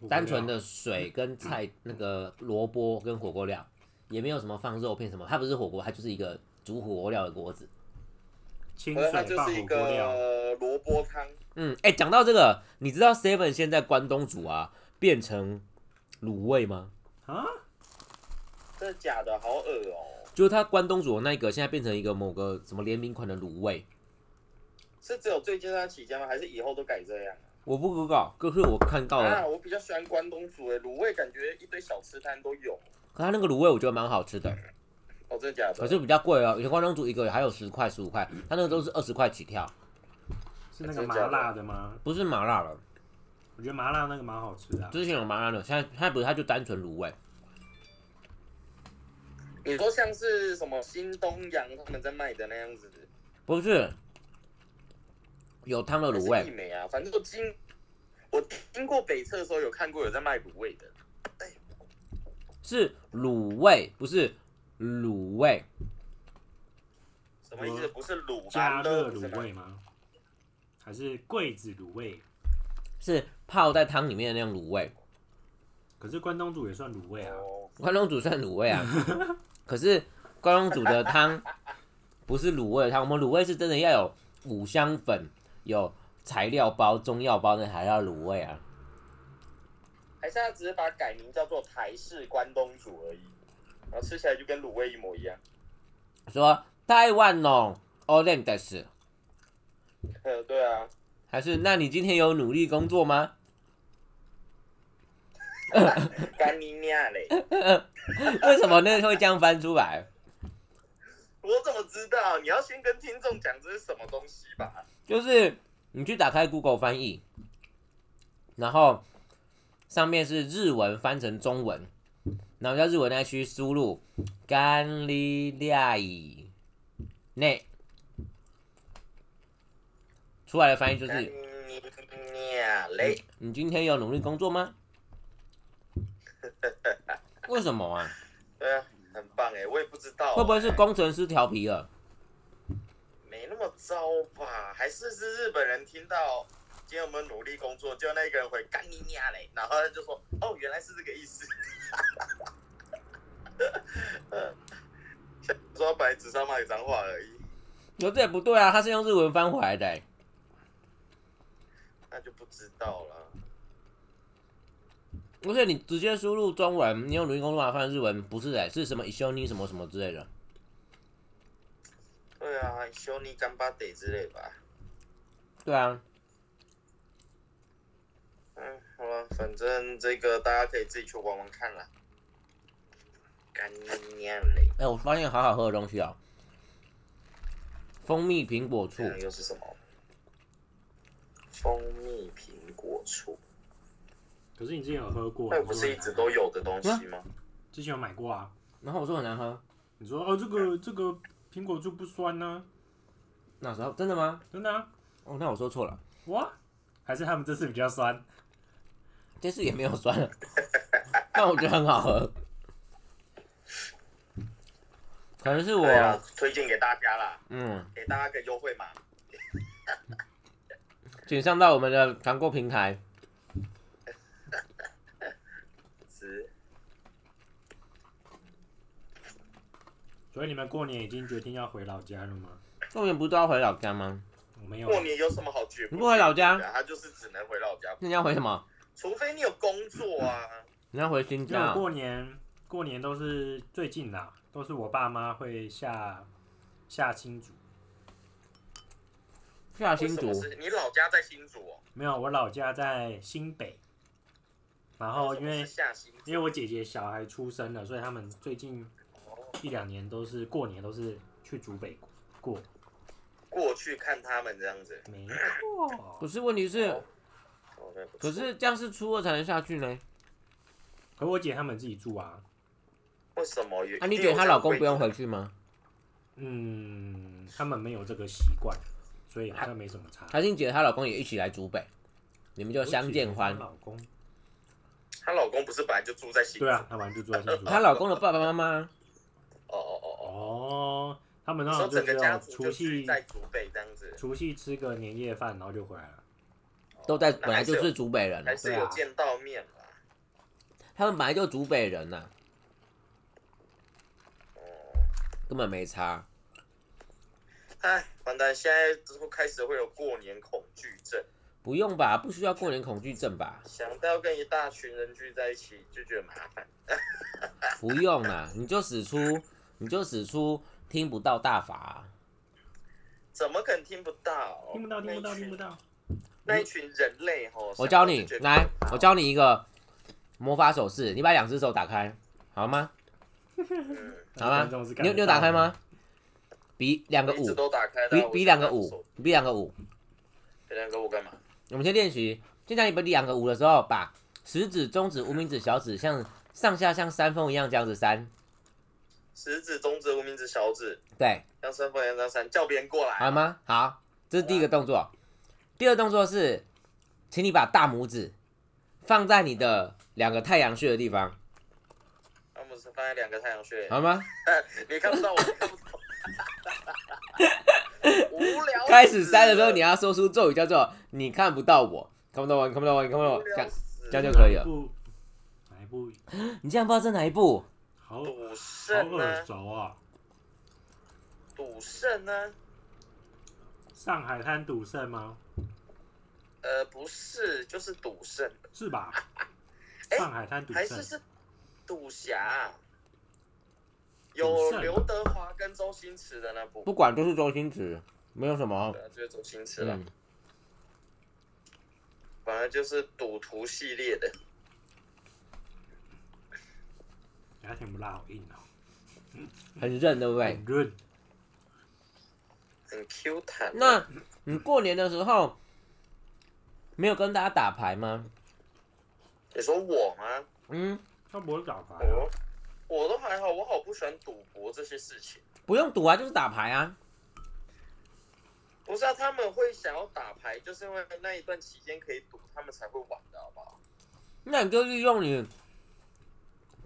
Speaker 3: 不
Speaker 1: 单
Speaker 3: 会
Speaker 1: 纯
Speaker 3: 啊
Speaker 1: 的水跟菜，那个萝卜跟火锅料，也没有什么放肉片什么，它不是火锅，它就是一个煮火锅料的锅子。
Speaker 3: 清
Speaker 2: 可能它
Speaker 3: 水
Speaker 2: 就
Speaker 3: 拌
Speaker 2: 是一
Speaker 3: 火锅料，
Speaker 2: 个萝卜汤，
Speaker 1: 嗯，哎、讲到这个，你知道 Seven 现在关东煮啊变成卤味吗？
Speaker 3: 啊，
Speaker 2: 真的假的？好恶哦！
Speaker 1: 就是它关东煮的那一个现在变成一个某个什么联名款的卤味，
Speaker 2: 是只有最近这段期间吗？还是以后都改这样？
Speaker 1: 我不知道，可是我看到
Speaker 2: 啊，
Speaker 1: 了，
Speaker 2: 我比较喜欢关东煮诶，卤味感觉一堆小吃摊都有。
Speaker 1: 可它那个卤味我觉得蛮好吃的，
Speaker 2: 哦，真的假的？
Speaker 1: 可是比较贵哦，以前关东煮一个还有十块十五块，它那个都是二十块起跳，
Speaker 3: 是那个
Speaker 2: 真的
Speaker 3: 麻
Speaker 2: 假的
Speaker 3: 辣的吗？
Speaker 1: 不是麻辣了，
Speaker 3: 我觉得麻辣那个蛮好吃的啊、
Speaker 1: 之前有麻辣的，现在现在不是，它就单纯卤味。
Speaker 2: 你说像是什么新东阳他们在卖的那样子，
Speaker 1: 不是，有汤的
Speaker 2: 还是
Speaker 1: 卤
Speaker 2: 一
Speaker 1: 味，
Speaker 2: 美啊，反正我经我经过北侧的时候有看过有在卖卤味的，
Speaker 1: 是卤味，不是卤味。
Speaker 2: 什么意思？
Speaker 3: 嗯
Speaker 2: 不是卤吧
Speaker 3: 加热
Speaker 2: 不是
Speaker 3: 卤
Speaker 2: 吗
Speaker 3: 味吗？还是桂子卤味？
Speaker 1: 是泡在汤里面的那种卤味。
Speaker 3: 可是关东煮也算卤味啊。
Speaker 2: 哦，
Speaker 1: 关东煮算卤味啊， 可是关东煮的汤不是卤味的汤，我们卤味是真的要有五香粉，有材料包、中药包，那才叫卤味啊。
Speaker 2: 还是他只是把它改名叫做台式关东煮而已，然后吃起来就跟卤味一模一样。
Speaker 1: 说台湾哦 o r a n g 是，
Speaker 2: 呃，对 啊，
Speaker 1: 还是那你今天有努力工作吗？
Speaker 2: 干你娘嘞！
Speaker 1: 为什么那个会这样翻出来？
Speaker 2: 我怎么知道？你要先跟听众讲这是什么东西吧？
Speaker 1: 就是你去打开 Google 翻译，然后上面是日文翻成中文，然后在日文那区输入干利利亚以内，出来的翻译就
Speaker 2: 干
Speaker 1: 是嗯
Speaker 2: 你娘嘞！
Speaker 1: 你你今天有努力工作吗？为什么啊？
Speaker 2: 对啊，很棒哎，我也不知道、
Speaker 1: 会不会是
Speaker 2: 哎
Speaker 1: 工程师调皮了？
Speaker 2: 没那么糟吧？还是是日本人听到今天我们努力工作，就那个人回干你娘嘞，然后他就说哦，原来是这个意思。 呃想说白纸上骂个脏话而已，
Speaker 1: 有这也不对啊，他是用日文翻回来的欸、
Speaker 2: 那就不知道了。
Speaker 1: 而且你直接输入中文，你用努力工作法翻日文，不是哎、是什么 i s h o n i 什么什么之类的。
Speaker 2: 对啊，修尼干巴得之类吧。
Speaker 1: 对啊，
Speaker 2: 嗯，好了，反正这个大家可以自己去玩玩看啦。干你娘嘞！
Speaker 1: 哎、我发现好好喝的东西哦， 蜂蜜苹果醋
Speaker 2: 这，个又是什么？蜂蜜苹果醋，
Speaker 3: 可是你之前有喝过？
Speaker 2: 那不是一直都有的东
Speaker 1: 啊
Speaker 2: 西吗？
Speaker 3: 之前有买过啊？
Speaker 1: 然后我说很难喝，
Speaker 3: 你说哦，这
Speaker 2: 啊
Speaker 3: 个这个苹果醋不酸呢、
Speaker 1: 那时候真的吗？
Speaker 3: 真的、啊？
Speaker 1: 哦，那我说错了，
Speaker 3: 哇，还是他们这次比较酸？
Speaker 1: 这次也没有酸了， 但我觉得很好喝，可能是我，
Speaker 2: 对啊，推荐给大家啦，
Speaker 1: 嗯，
Speaker 2: 给大家个优惠码。
Speaker 1: 请上到我们的团购平台，
Speaker 2: 是，
Speaker 3: 所以你们过年已经决定要回老家了吗？
Speaker 1: 过年不是都要回老家吗？
Speaker 3: 我没有啊，
Speaker 2: 过年有什么好绝
Speaker 1: 你不回老家
Speaker 2: 决定的他就是只能回老家，
Speaker 1: 那你要回什么？
Speaker 2: 除非你有工作啊。
Speaker 1: 你要回新
Speaker 3: 因为我
Speaker 1: 疆哦、
Speaker 3: 过年过年都是最近啦、都是我爸妈会下下新竹。
Speaker 1: 下
Speaker 2: 为
Speaker 1: 新
Speaker 2: 什么
Speaker 1: 竹，
Speaker 2: 是你老家在新竹哦？
Speaker 3: 没有，我老家在新北，然
Speaker 1: 哦
Speaker 3: 后因
Speaker 2: 为什
Speaker 3: 为
Speaker 2: 么是下新竹
Speaker 3: 因为我姐姐小孩出生了，所以他们最近一两年都是过年都是去竹北过。
Speaker 2: 过去看他们这样子，
Speaker 3: 没哦错，
Speaker 1: 可是问题是，
Speaker 2: 哦那不错
Speaker 1: 可是这样是初二才能下去呢。
Speaker 3: 可我姐他们自己住啊。
Speaker 2: 为什么有？
Speaker 1: 啊，你觉得她老公不用回去吗？
Speaker 3: 嗯，他们没有这个习惯，所以好像没什么差。
Speaker 1: 还是你姐她老公也一起来竹北，你们就相见欢
Speaker 3: 我姐。老公
Speaker 2: 她老公不是本来就住在新竹？
Speaker 3: 对啊，，那完就住在新竹。
Speaker 1: 她老公的爸爸妈妈，
Speaker 2: 哦哦哦
Speaker 3: 哦，他们
Speaker 2: 哦，
Speaker 3: 那
Speaker 2: 说
Speaker 3: 种就
Speaker 2: 整
Speaker 3: 是
Speaker 2: 个
Speaker 3: 那
Speaker 2: 家
Speaker 3: 种
Speaker 2: 族
Speaker 3: 除
Speaker 2: 就
Speaker 3: 夕
Speaker 2: 聚在竹北这样子，
Speaker 3: 除夕吃个年夜饭，然后就回来了。
Speaker 1: 都在
Speaker 2: 哦那
Speaker 1: 本来就
Speaker 2: 还是
Speaker 1: 是
Speaker 2: 有
Speaker 1: 竹北人啊
Speaker 2: 还，是
Speaker 3: 对
Speaker 2: 有
Speaker 3: 啊
Speaker 2: 见到面啦。
Speaker 1: 他们本来就竹北人啊呐、
Speaker 2: 哦，
Speaker 1: 根本没差。
Speaker 2: 哎，完蛋，现在之后开始会有过年恐惧症，
Speaker 1: 不用吧，不需要过年恐惧症吧？
Speaker 2: 想到跟一大群人聚在一起就觉得麻烦。
Speaker 1: 不用啦，你就使出，你就使出听不到大法啊、
Speaker 2: 怎么可能听不到？
Speaker 3: 听不到，听
Speaker 2: 那一群
Speaker 3: 不到，听不。到。
Speaker 2: 那一群人类吼，
Speaker 1: 我教你
Speaker 2: 想到就觉得
Speaker 1: 来，我教你一个魔法手势，你把两只手打开，好吗？
Speaker 2: 嗯，
Speaker 1: 好吗
Speaker 3: 观众是？
Speaker 1: 你有你有打开吗？？比两个
Speaker 2: 我一直
Speaker 1: 五，
Speaker 2: 都打开的啊，
Speaker 1: 比
Speaker 2: 我
Speaker 1: 比
Speaker 2: 就
Speaker 1: 两个
Speaker 2: 拿
Speaker 1: 五
Speaker 2: 手，
Speaker 1: 比两个五。
Speaker 2: 比两个五干嘛？
Speaker 1: 我们先练习，现在你们比两个五的时候，把食指、中指、无名指、小指像上下像山峰一样这样子扇，
Speaker 2: 食指、中指、无名指、小指，
Speaker 1: 对，
Speaker 2: 像三分一样这样三，叫别人过来
Speaker 1: 好
Speaker 2: 啊。
Speaker 1: 吗？好，这是第一个动作。第二个动作是，请你把大拇指放在你的两个太阳穴的地方，
Speaker 2: 他们是放在两个太阳穴，
Speaker 1: 好吗？
Speaker 2: 你看不到，我看不 到。无聊死了。
Speaker 1: 开始塞的时候，你要说出咒语，叫做“你看不到我，看不到我，你看不到我，你看不到
Speaker 2: 无
Speaker 1: 我”，这
Speaker 2: 聊
Speaker 1: 样
Speaker 2: 死
Speaker 1: 这样就
Speaker 2: 了
Speaker 1: 可以了
Speaker 3: 哪一部哪一部？
Speaker 1: 你这样不知道这哪一部？
Speaker 3: 好好
Speaker 2: 赌圣
Speaker 3: 耳
Speaker 2: 呢？
Speaker 3: 熟啊！
Speaker 2: 赌圣呢？
Speaker 3: 上海滩赌圣吗？
Speaker 2: 呃，不是，就是赌圣，
Speaker 3: 是吧？
Speaker 2: 哎
Speaker 3: 上海滩赌
Speaker 2: 还
Speaker 3: 圣
Speaker 2: 是是赌侠。
Speaker 3: 赌
Speaker 2: 有
Speaker 3: 圣
Speaker 2: 刘德华跟周星驰的那部，
Speaker 1: 不管就是周星驰，没有什么
Speaker 2: 对。啊，就是周星驰了
Speaker 1: 嗯，，
Speaker 2: 反正就是赌徒系列的。
Speaker 3: 牙哎甜不辣，好硬哦，
Speaker 1: 很认，对不对
Speaker 3: 很？润。
Speaker 2: 很 Q 弹。
Speaker 1: 那你过年的时候没有跟大家打牌吗？
Speaker 2: 你说我吗？
Speaker 1: 嗯，
Speaker 3: 他不会打牌啊，
Speaker 2: 我我都还好，我好不喜欢赌博这些事情。
Speaker 1: 不用赌啊，就是打牌啊。
Speaker 2: 不是啊，他们会想要打牌，就是因为那一段期间可以赌，他们才会玩的，好不好？
Speaker 1: 那你就利用你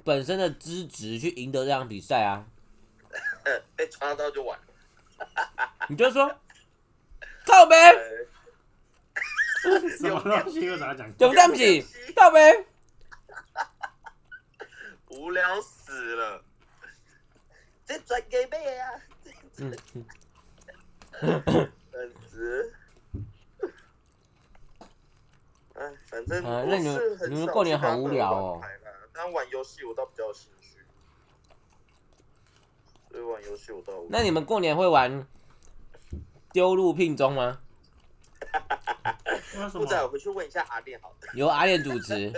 Speaker 1: 本身的资质去赢得这场比赛啊。
Speaker 2: 呃被抓到就完了。
Speaker 1: 你就说靠呗，
Speaker 2: 呃
Speaker 3: 什么东西为啥讲？
Speaker 1: 对不
Speaker 2: 哎
Speaker 1: 对不起，靠呗。
Speaker 2: 无聊死了。这转给妹呀、啊，
Speaker 1: 嗯，
Speaker 2: 粉丝。哎，反正
Speaker 1: 啊
Speaker 2: 我
Speaker 1: 那你们
Speaker 2: 是很
Speaker 1: 你们
Speaker 2: 少
Speaker 1: 过年
Speaker 2: 去跟
Speaker 1: 好
Speaker 2: 他
Speaker 1: 无
Speaker 2: 们
Speaker 1: 聊
Speaker 2: 玩
Speaker 1: 哦
Speaker 2: 牌啦但玩游戏我倒比较有兴趣，所以玩游戏我倒无
Speaker 1: 那你们过年会玩丢入聘中吗？
Speaker 3: 为什
Speaker 2: 不然我
Speaker 3: 么？
Speaker 2: 回去问一下阿练好了。
Speaker 1: 由阿练主持。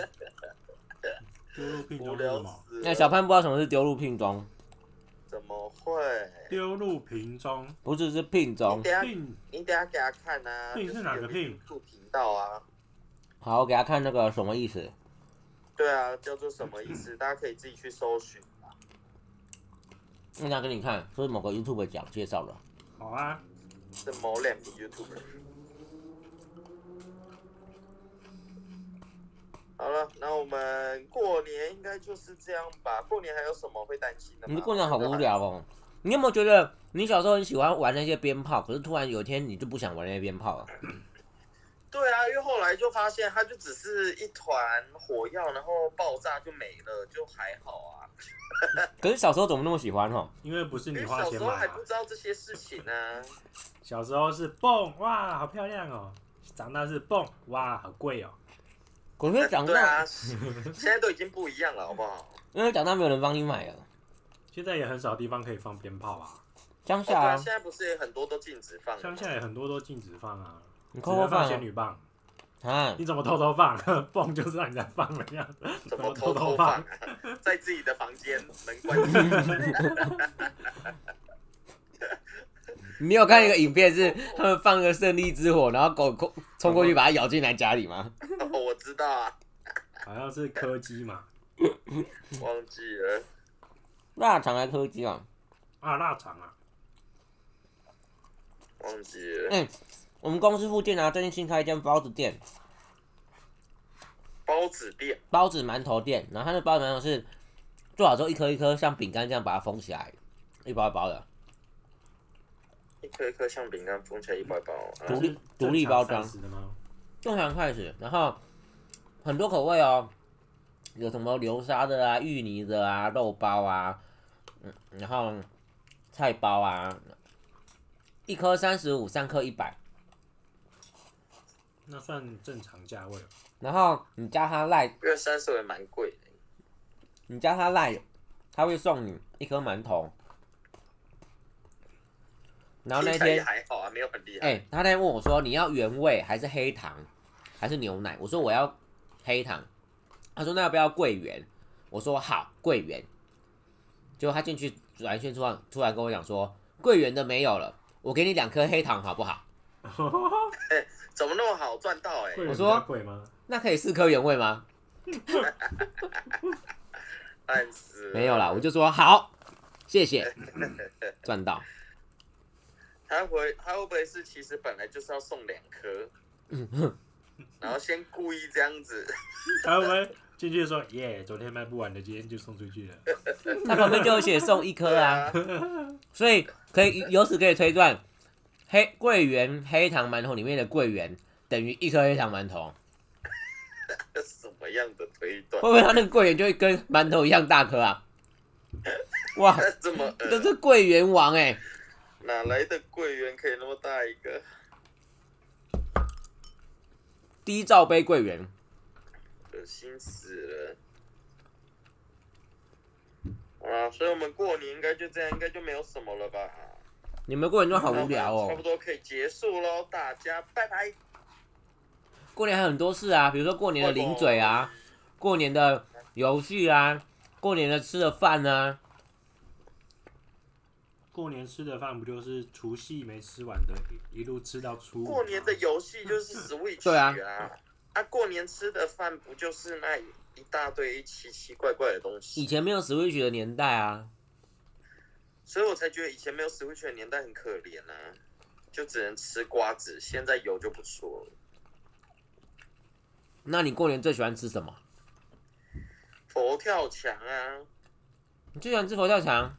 Speaker 3: 丢入聘
Speaker 2: 无
Speaker 3: 中是
Speaker 2: 聊
Speaker 3: 什么？
Speaker 2: 死了。
Speaker 1: 那小潘不知道什么是丢入聘中，
Speaker 2: 怎么会？
Speaker 3: 丢入瓶中，
Speaker 1: 不是是聘
Speaker 2: 你
Speaker 1: 中
Speaker 2: 等。下
Speaker 3: 并
Speaker 2: 你等下给他看啊，
Speaker 3: 对
Speaker 2: 就是
Speaker 3: 哪个
Speaker 2: 有一
Speaker 3: 聘
Speaker 2: ？YouTube 频道啊，
Speaker 1: 好，我给他看那个什么意思。
Speaker 2: 对啊，叫做什么意思？大家可以自己去搜寻啊。
Speaker 1: 那他给你看，说是某个 YouTube 讲介绍的。
Speaker 3: 好啊，
Speaker 2: 是某两个 YouTuber。好了，那我们过年应该就是这样吧。过年还有什么会担心的吗？
Speaker 1: 你的过年好无。聊哦。你有没有觉得你小时候很喜欢玩那些鞭炮，可是突然有一天你就不想玩那些鞭炮了？
Speaker 2: 对啊，因为后来就发现它就只是一团火药，然后爆炸就没了，就还好啊。
Speaker 1: 可是小时候怎么那么喜欢哦？
Speaker 3: 因为不是
Speaker 2: 因
Speaker 3: 你
Speaker 2: 为
Speaker 3: 花
Speaker 2: 小
Speaker 3: 钱
Speaker 2: 时候
Speaker 3: 买
Speaker 2: 还
Speaker 3: 啊
Speaker 2: 不，知道这些事情呢、啊。
Speaker 3: 小时候是蹦，哇，好漂亮哦。长大是蹦，哇，好贵哦。
Speaker 1: 可是长
Speaker 2: 对
Speaker 1: 大，
Speaker 2: 啊，现在都已经不一样了，好不好？
Speaker 1: 因为长大没有人帮你买了，
Speaker 3: 现在也很少地方可以放鞭炮啊，
Speaker 1: 乡
Speaker 2: 哦对
Speaker 1: 下
Speaker 2: 啊，
Speaker 1: 啊
Speaker 2: 现，在不是也很多都禁止放了吗
Speaker 3: 乡下也很多都禁止放啊，
Speaker 1: 你
Speaker 3: 只
Speaker 1: 扣扣
Speaker 3: 能放
Speaker 1: 放
Speaker 3: 仙
Speaker 1: 啊
Speaker 3: 女棒。
Speaker 1: 啊，
Speaker 3: 你怎么偷偷放？ 蹦就是让人家放了呀。
Speaker 2: 怎么偷偷放、 啊？在自己的房间门关起来。
Speaker 1: 你有看一个影片是他们放个胜利之火，然后狗过冲过去把它咬进来家里吗？
Speaker 2: 哦，我知道啊，
Speaker 3: 好像是柯基嘛，
Speaker 2: 忘记了。
Speaker 1: 腊肠还柯基啊？
Speaker 3: 啊，腊肠啊，
Speaker 2: 忘记了。
Speaker 1: 哎、我们公司附近啊，最近新开一间包子店，
Speaker 2: 包子店，
Speaker 1: 包子馒头店，然后它的包子馒头是做好之后一颗一颗像饼干这样把它封起来，一包一包的，
Speaker 2: 一颗一颗像饼干封起来一包一包。啊
Speaker 1: 独立
Speaker 3: 它是
Speaker 1: 独立
Speaker 3: 正常
Speaker 1: 包装
Speaker 3: size 的吗？
Speaker 1: 正常快始，然后很多口味哦，有什么流沙的啊、芋泥的啊、肉包啊，嗯，然后菜包啊，一颗三十五，三颗一百，
Speaker 3: 那算正常价 位吧。
Speaker 1: 然后你加它赖，
Speaker 2: 因为三十也蛮贵的，
Speaker 1: 你加它赖，它会送你一颗馒头，然后那
Speaker 2: 听起来也
Speaker 1: 天
Speaker 2: 还好啊，没有很厉害。
Speaker 1: 哎、他那天问我说你要原味还是黑糖还是牛奶？我说我要黑糖。他说那要不要桂圆？我说好，桂圆。结果他进去转一圈，突然突然跟我讲说桂圆的没有了，我给你两颗黑糖好不好？
Speaker 2: 怎么那么好赚到哎、
Speaker 3: 贵人
Speaker 1: 我
Speaker 3: 比
Speaker 1: 说
Speaker 3: 较贵吗？
Speaker 1: 那可以四颗原味吗？
Speaker 2: 但是
Speaker 1: 没有啦，我就说好，谢谢，赚到。
Speaker 2: 他会他会不会是其实本来就是要送两颗，
Speaker 1: 嗯
Speaker 2: 然后先故意这样子，
Speaker 3: 他会不会进去说耶，昨天卖不完的，今天就送出去了？
Speaker 1: 他旁边就有写送一 颗啊，所以可以由此可以推断，黑桂圆黑糖馒头里面的桂圆等于一颗黑糖馒头。
Speaker 2: 什么样的推断？
Speaker 1: 会不会他那个桂圆就会跟馒头一样大颗啊？哇，
Speaker 2: 这么
Speaker 1: 这
Speaker 2: 恶，
Speaker 1: 是桂圆王哎、
Speaker 2: 哪来的桂圆可以那么大一个？
Speaker 1: 低罩杯桂圆。
Speaker 2: 恶心死了！啊，所以我们过年应该就这样，应该就没有什么了吧？
Speaker 1: 你们过年都好无聊
Speaker 2: 那我们差
Speaker 1: 哦
Speaker 2: 不，多可以结束喽，大家拜拜。
Speaker 1: 过年还有很多事啊，比如说过年的零嘴啊，过年的游戏啊，过年的吃的饭啊，
Speaker 3: 过年吃的饭不就是除夕没吃完的，一路吃到初五吗？
Speaker 2: 过年的游戏就是 Switch
Speaker 1: 对啊
Speaker 2: 啊，啊，过年吃的饭不就是那一大堆奇奇怪怪的东
Speaker 1: 以
Speaker 2: 西？
Speaker 1: 前没有 Switch 的年代啊，
Speaker 2: 所以我才觉得以前没有 Switch 的年代很可怜啊，就只能吃瓜子，现在有就不说了。
Speaker 1: 那你过年最喜欢吃什么？
Speaker 2: 佛跳墙啊，
Speaker 1: 你最喜欢吃佛跳墙？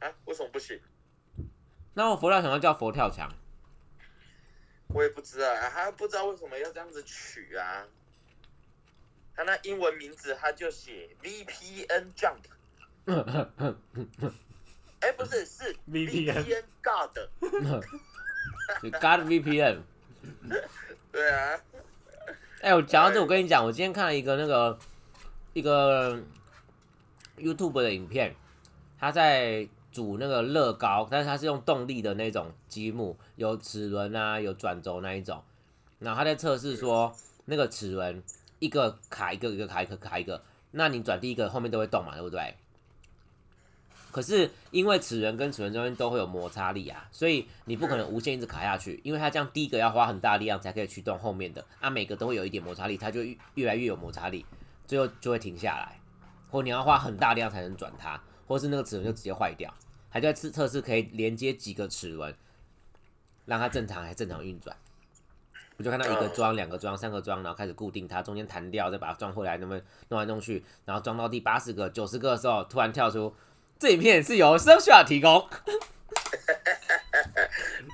Speaker 2: 啊，为什么不行？
Speaker 1: 那我佛跳墙要叫佛跳墙，
Speaker 2: 我也不知道，啊，他不知道为什么要这样子取啊。他那英文名字他就写 VPN Jump，哎、不是是
Speaker 3: VPN
Speaker 2: God，
Speaker 1: 就 God VPN。
Speaker 2: 对啊，
Speaker 1: 哎、我讲到这，我跟你讲，我今天看了一个那个一个嗯 YouTube 的影片，他在煮那个乐高，但是他是用动力的那种积木，有齿轮啊，有转轴那一种。然后他在测试说，那个齿轮一个卡一个，一个卡一个，卡一个，那你转第一个，后面都会动嘛，对不对？可是因为齿轮跟齿轮中间都会有摩擦力啊，所以你不可能无限一直卡下去，因为它这样第一个要花很大力量才可以驱动后面的，啊每个都会有一点摩擦力，它就越越来越有摩擦力，最后就会停下来，或你要花很大力量才能转它，或是那个齿轮就直接坏掉。还在测测试可以连接几个齿轮，让它正常还正常运转。我就看到一个装、两个装、三个装，然后开始固定它，中间弹掉，再把它装回来，那么弄来弄去，然后装到第八十个、九十个的时候，突然跳出这影片是由 s o c i a 提供，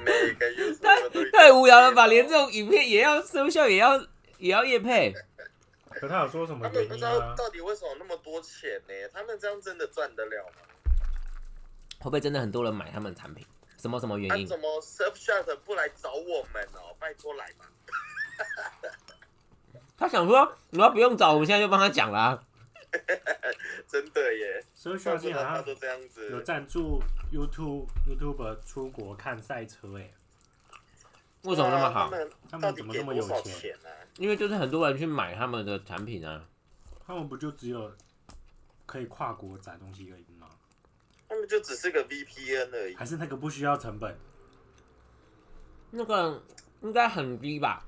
Speaker 2: 每个 YouTube 都一定
Speaker 1: 太无聊了吧？连这种影片也要 s o c i a 也要也要夜配，
Speaker 3: 可他有说什么
Speaker 2: 他们啊不
Speaker 3: 原
Speaker 2: 知
Speaker 3: 因啊吗、
Speaker 2: 道到底为什么那么多钱呢、他们这样真的赚得了吗？
Speaker 1: 会不会真的很多人买他们的产品？什么什么
Speaker 2: 他、
Speaker 1: 原因？
Speaker 2: 怎么 Surfshark 不来找我们哦？拜托来嘛！
Speaker 1: 他想说，你要不用找，我们现在就帮他讲啦、啊
Speaker 2: 真的耶，
Speaker 3: 所以需
Speaker 2: 怪
Speaker 3: 要
Speaker 2: 不
Speaker 3: 进
Speaker 2: 得他
Speaker 3: 来
Speaker 2: 都这样
Speaker 3: 有
Speaker 2: 子。
Speaker 3: 赞助 YouTube YouTube 出国看赛车哎、
Speaker 1: 为什么那么好
Speaker 2: 哇？啊他
Speaker 3: 他
Speaker 2: 们
Speaker 3: 们
Speaker 2: 到底
Speaker 3: 怎么
Speaker 2: 给
Speaker 3: 那么
Speaker 2: 多
Speaker 3: 有
Speaker 2: 少
Speaker 3: 钱
Speaker 2: 钱啊？
Speaker 1: 因为就是很多人去买他们的产品啊。
Speaker 3: 他们不就只有可以跨国载东西而已吗？
Speaker 2: 他们就只是个 VPN 而已
Speaker 1: 啊
Speaker 3: 还。是那个不需要成本？
Speaker 1: 那个应该很低吧？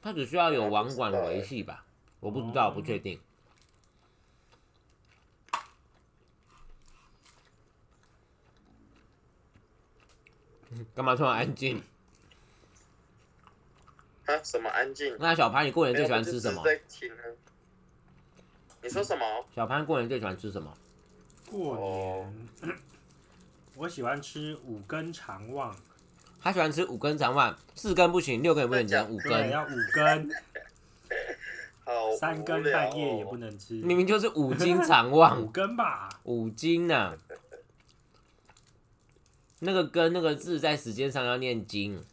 Speaker 1: 它只需要有网管维系吧？我不知道，
Speaker 3: 哦
Speaker 1: 不确定。干嘛突然安静？
Speaker 2: 啊，什么安静？
Speaker 1: 那小潘，你过年最喜欢吃什
Speaker 2: 没有
Speaker 1: 么
Speaker 2: 我？就只是在听啊你说什么？
Speaker 1: 小潘过年最喜欢吃什么？
Speaker 3: 过
Speaker 2: 哦
Speaker 3: 年， 我喜欢吃五根肠旺，
Speaker 1: 他喜欢吃五根长碗，四根不行，六根也不能讲，五
Speaker 3: 对，
Speaker 1: 根
Speaker 3: 要五根，
Speaker 2: 哦好无聊哦，
Speaker 3: 三更半夜也不能吃，
Speaker 1: 明明就是五斤长
Speaker 3: 五
Speaker 1: 望，
Speaker 3: 根吧？
Speaker 1: 五斤呐、啊。那个根那个字在时间上要念经，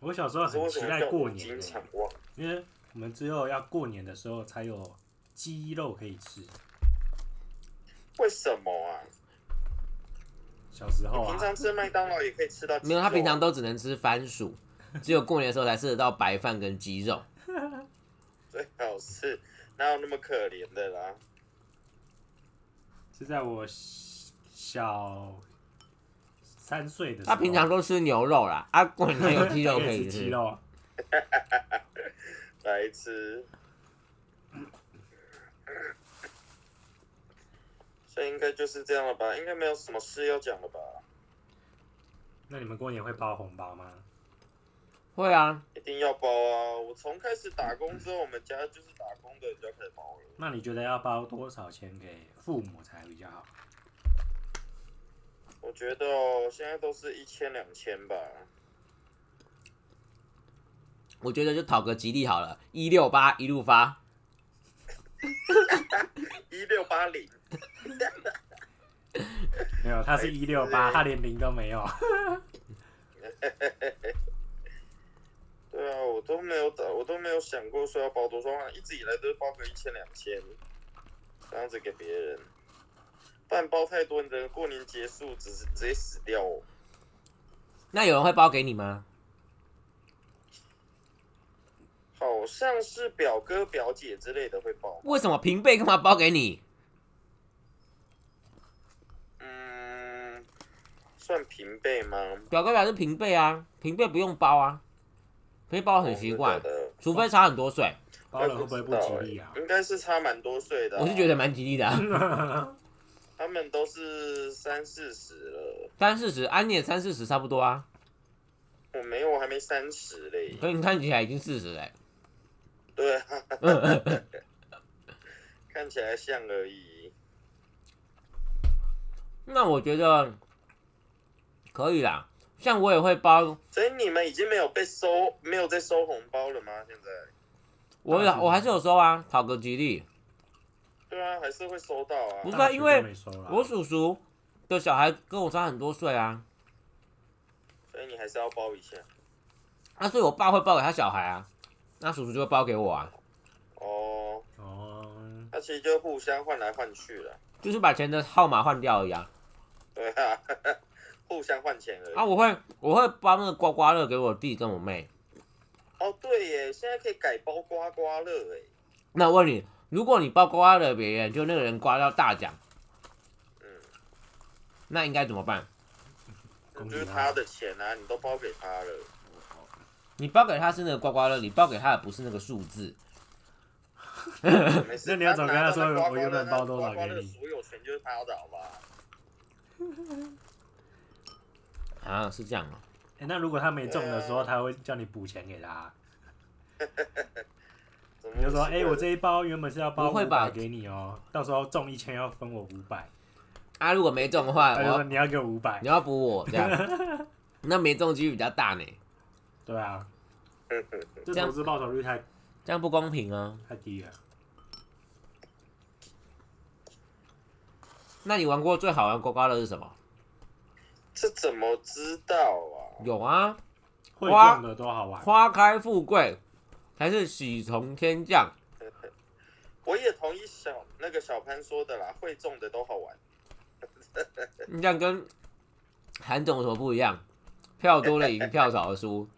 Speaker 3: 我小时候
Speaker 2: 是为
Speaker 3: 很
Speaker 2: 什
Speaker 3: 期
Speaker 2: 么
Speaker 3: 待
Speaker 2: 叫
Speaker 3: 过
Speaker 2: 五金
Speaker 3: 年，
Speaker 2: 抢
Speaker 1: 哦啊
Speaker 2: 旺？
Speaker 3: 因为我们之后要过年的时候才有鸡肉可以吃。
Speaker 2: 为什么啊？
Speaker 3: 小时候
Speaker 2: 你
Speaker 3: 啊
Speaker 2: 平，常吃麦当劳也可以吃到鸡肉，啊
Speaker 1: 没有他平常都只能吃番薯，只有过年的时候才吃得到白饭跟鸡肉。
Speaker 2: 最好是哪有那么可怜的啦？
Speaker 3: 是在我小三岁的时候，
Speaker 1: 他平常都吃牛肉啦，啊，过年有鸡肉可
Speaker 3: 也
Speaker 1: 以
Speaker 3: 吃 鸡
Speaker 1: 吃。
Speaker 3: 肉，
Speaker 2: 来吃。 所以应该就是这样了吧？应该没有什么事要讲了吧？
Speaker 3: 那你们过年会包红包吗？
Speaker 1: 会啊，
Speaker 2: 一定要包啊！我从开始打工之后，我们家就是打工的人就要开始包了。
Speaker 3: 那你觉得要包多少钱给父母才比较好？
Speaker 2: 我觉得哦，现在都是一千两千吧。
Speaker 1: 我觉得就讨个吉利好了，一六八一路发。
Speaker 2: 一六八零，
Speaker 3: 没有，他是一六八，他连零都没有。
Speaker 2: 对啊，我都没有打，我都没有想过说要包多少啊，一直以来都是包个一千两千，这样子给别人。不然包太多，你等过年结束，只是直接死掉哦。
Speaker 1: 那有人会包给你吗？
Speaker 2: 好像是表哥表姐之类的会包，
Speaker 1: 为什么平辈干嘛包给你？
Speaker 2: 嗯，算平辈吗？
Speaker 1: 表哥表是平辈啊，平辈不用包啊，平辈包很奇怪
Speaker 3: 哦
Speaker 2: 我不，觉得
Speaker 1: 除非差很多岁，
Speaker 3: 包了会不会不吉利啊
Speaker 2: 我知道欸？应该是差蛮多岁的啊、
Speaker 1: 我是觉得蛮吉
Speaker 3: 哎
Speaker 1: 利的、啊。
Speaker 2: 他们都是三四十了，
Speaker 1: 三四十，安妮三四十差不多啊，
Speaker 2: 我没有，我还没三十 嘞。
Speaker 1: 可是你看起来已经四十欸嘞。
Speaker 2: 对啊，看起来像而已。
Speaker 1: 那我觉得可以啦，像我也会包，
Speaker 2: 所以你们已经没有被收，没有在收红包了吗？现在？
Speaker 1: 我有我还是有收啊，讨个吉利。
Speaker 2: 对啊，还是会收到
Speaker 1: 不
Speaker 2: 啊。
Speaker 1: 是啊因为
Speaker 3: 大学就没收了
Speaker 1: 我叔叔的小孩跟我差很多岁啊，
Speaker 2: 所以你还是要包一下。
Speaker 1: 那、所以我爸会包给他小孩啊，那叔叔就会包给我啊，
Speaker 2: 哦，
Speaker 3: 哦，
Speaker 2: 那其实就互相换来换去了。
Speaker 1: 就是把钱的号码换掉而已啊。
Speaker 2: 对啊， 互相换钱而已。
Speaker 1: 啊，我会我会包那个刮刮乐给我弟跟我妹。
Speaker 2: 哦，对耶，现在可以改包刮刮乐哎。
Speaker 1: 那我问你，如果你包刮了别人，就那个人刮到大奖，
Speaker 2: 嗯，
Speaker 1: 那应该怎么办？
Speaker 2: 那
Speaker 3: 恭喜
Speaker 2: 就是
Speaker 3: 他
Speaker 2: 他的钱啊，你都包给他了。
Speaker 1: 你包给他是那个刮刮乐，你包给他的不是那个数字，
Speaker 2: 没事
Speaker 3: 那你要怎么跟他说
Speaker 2: 拿到那刮刮
Speaker 3: 我原本
Speaker 2: 乐
Speaker 3: 包多少
Speaker 2: 刮刮乐
Speaker 3: 给你
Speaker 2: 所有权就是他的，好吧？
Speaker 1: 啊，是这样啊。
Speaker 3: 哎、那如果他没中的时候，
Speaker 2: 呃
Speaker 3: 他会叫你补钱给他，啊
Speaker 2: 怎么
Speaker 3: 你就说：“哎、
Speaker 2: 奇怪
Speaker 3: 我这一包原本是要包
Speaker 1: 不会
Speaker 3: 五
Speaker 1: 吧
Speaker 3: 百给你哦，到时候中一千要分我五百。
Speaker 1: 啊，如果没中的”话，
Speaker 3: 他
Speaker 1: 我
Speaker 3: 就说：“
Speaker 1: 要
Speaker 3: 你要给我五百
Speaker 1: 你。要补我这样，那没中几率比较大呢，”
Speaker 3: 对啊，
Speaker 2: 嗯嗯
Speaker 3: 这
Speaker 1: 这样
Speaker 3: 投资报酬率太
Speaker 1: 这样不公平啊。
Speaker 3: 太低了。
Speaker 1: 那你玩过最好玩的刮刮乐是什么？
Speaker 2: 这怎么知道啊？
Speaker 1: 有啊，
Speaker 3: 会
Speaker 1: 花
Speaker 3: 中的多好玩，
Speaker 1: 花开富贵，还是喜从天降？
Speaker 2: 我也同意小那个小潘说的啦，会中的都好玩。
Speaker 1: 你这样跟韩总有什么不一样？票多的赢，票少的输。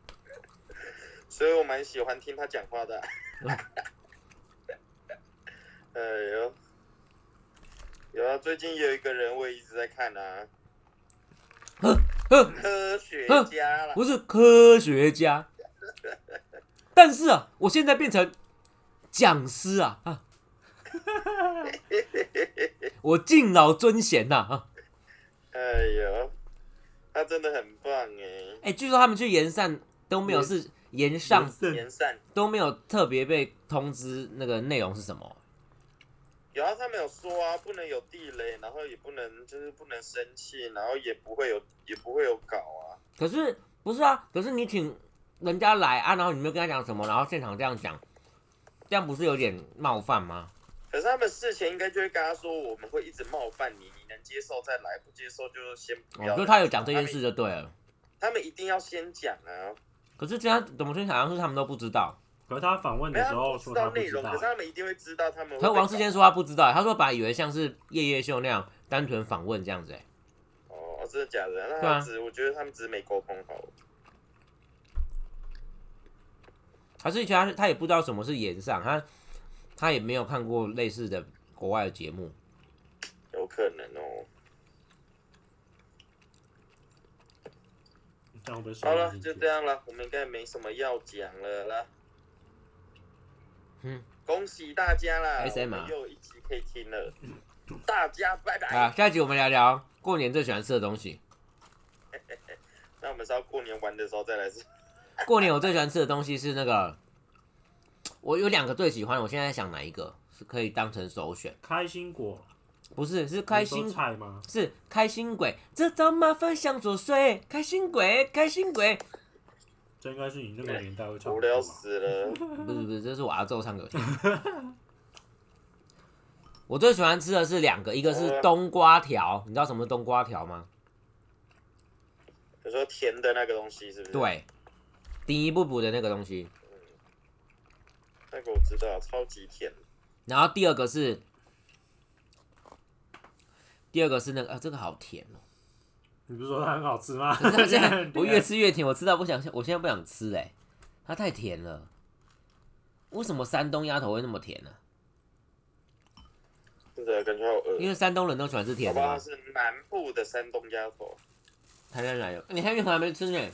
Speaker 2: 所以我蛮喜欢听他讲话的。 哎呦，有啊，最近有一个人我也一直在看啊，
Speaker 1: 哼，
Speaker 2: 科学家 啦，
Speaker 1: 不是科学家，但是啊，我现在变成讲师啊 啊！我敬老尊贤呐、啊！
Speaker 2: 哎呦，他真的很棒哎、欸
Speaker 1: 哎、据说他们去盐善都没有是延上
Speaker 2: 延善。
Speaker 1: 都没有特别被通知那个内容是什么。
Speaker 2: 有啊，他们有说啊，不能有地雷，然后也不能就是不能生气，然后也不会有也不会有搞啊。
Speaker 1: 可是不是啊？可是你请人家来啊，然后你没有跟他讲什么，然后现场这样讲，这样不是有点冒犯吗？
Speaker 2: 可是他们事前应该就会跟他说，我们会一直冒犯你，你能接受再来，不接受就先不要。
Speaker 1: 哦，就他有讲这件事就对了。
Speaker 2: 他们，他们一定要先讲啊。
Speaker 1: 可是这样怎么听好像是他们都不知道。
Speaker 3: 可是他访问
Speaker 2: 没
Speaker 3: 的
Speaker 2: 有
Speaker 3: 时
Speaker 2: 他们不知道
Speaker 3: 候说他不知
Speaker 2: 内
Speaker 3: 道
Speaker 2: 容，，可是他们一定会知道他们会被
Speaker 1: 可
Speaker 2: 搞。
Speaker 1: 是王世坚说他不知道，他说本来以为像是夜夜秀那样单纯访问这样子、欸，
Speaker 2: 哦，真的假的？那
Speaker 1: 对
Speaker 2: 他
Speaker 1: 啊
Speaker 2: 只、我觉得他们只是没沟通好。
Speaker 1: 还是其他他也不知道什么是演上，他他也没有看过类似的国外的节目。
Speaker 2: 有可能哦。
Speaker 3: 这样会不会说
Speaker 2: 好了，
Speaker 3: 进
Speaker 2: 就
Speaker 3: 去
Speaker 2: 这样了，我们应该没什么要讲了啦。
Speaker 1: 嗯，
Speaker 2: 恭喜大家啦
Speaker 1: SM 啊
Speaker 2: 我们又有一集可以听了，大家拜拜。
Speaker 1: 啊，下一集我们聊聊过年最喜欢吃的东西。
Speaker 2: 那我们是要过年玩的时候再来吃。
Speaker 1: 过年我最喜欢吃的东西是那个，我有两个最喜欢，我现在在想哪一个是可以当成首选？
Speaker 3: 开心果，
Speaker 1: 不是，是开
Speaker 3: 你
Speaker 1: 心
Speaker 3: 说，菜吗？
Speaker 1: 是开心鬼，这招麻烦向左睡，开心鬼，开心鬼。
Speaker 3: 这应该是你那个年代会唱
Speaker 2: 无
Speaker 3: 的
Speaker 2: 聊
Speaker 3: 歌吧。
Speaker 2: 死了，
Speaker 1: 不是不是，这是我阿昼唱给我听。 我最喜欢吃的是两个，一个是冬瓜条，你知道什么是冬瓜条吗？
Speaker 2: 你说甜的那个东西是不是？，
Speaker 1: 对，丁一不补的那个东西。
Speaker 2: 那个我知道，超级甜。
Speaker 1: 然后第二个是，第二个是那个，啊、这个好甜哦、
Speaker 3: 你不是说它很好吃吗？
Speaker 1: 我现在我越
Speaker 3: 吃
Speaker 1: 吃越甜，我吃到不想，我现在不想吃哎、它太甜了。为什么山东鸭头会那么甜呢、
Speaker 2: 真的感觉好饿
Speaker 1: 因。为山东人都喜欢吃
Speaker 2: 好
Speaker 1: 甜的
Speaker 2: 吧，
Speaker 1: 嘛。
Speaker 2: 是南部的山东鸭头。
Speaker 1: 台南奶油，你还没还没吃呢、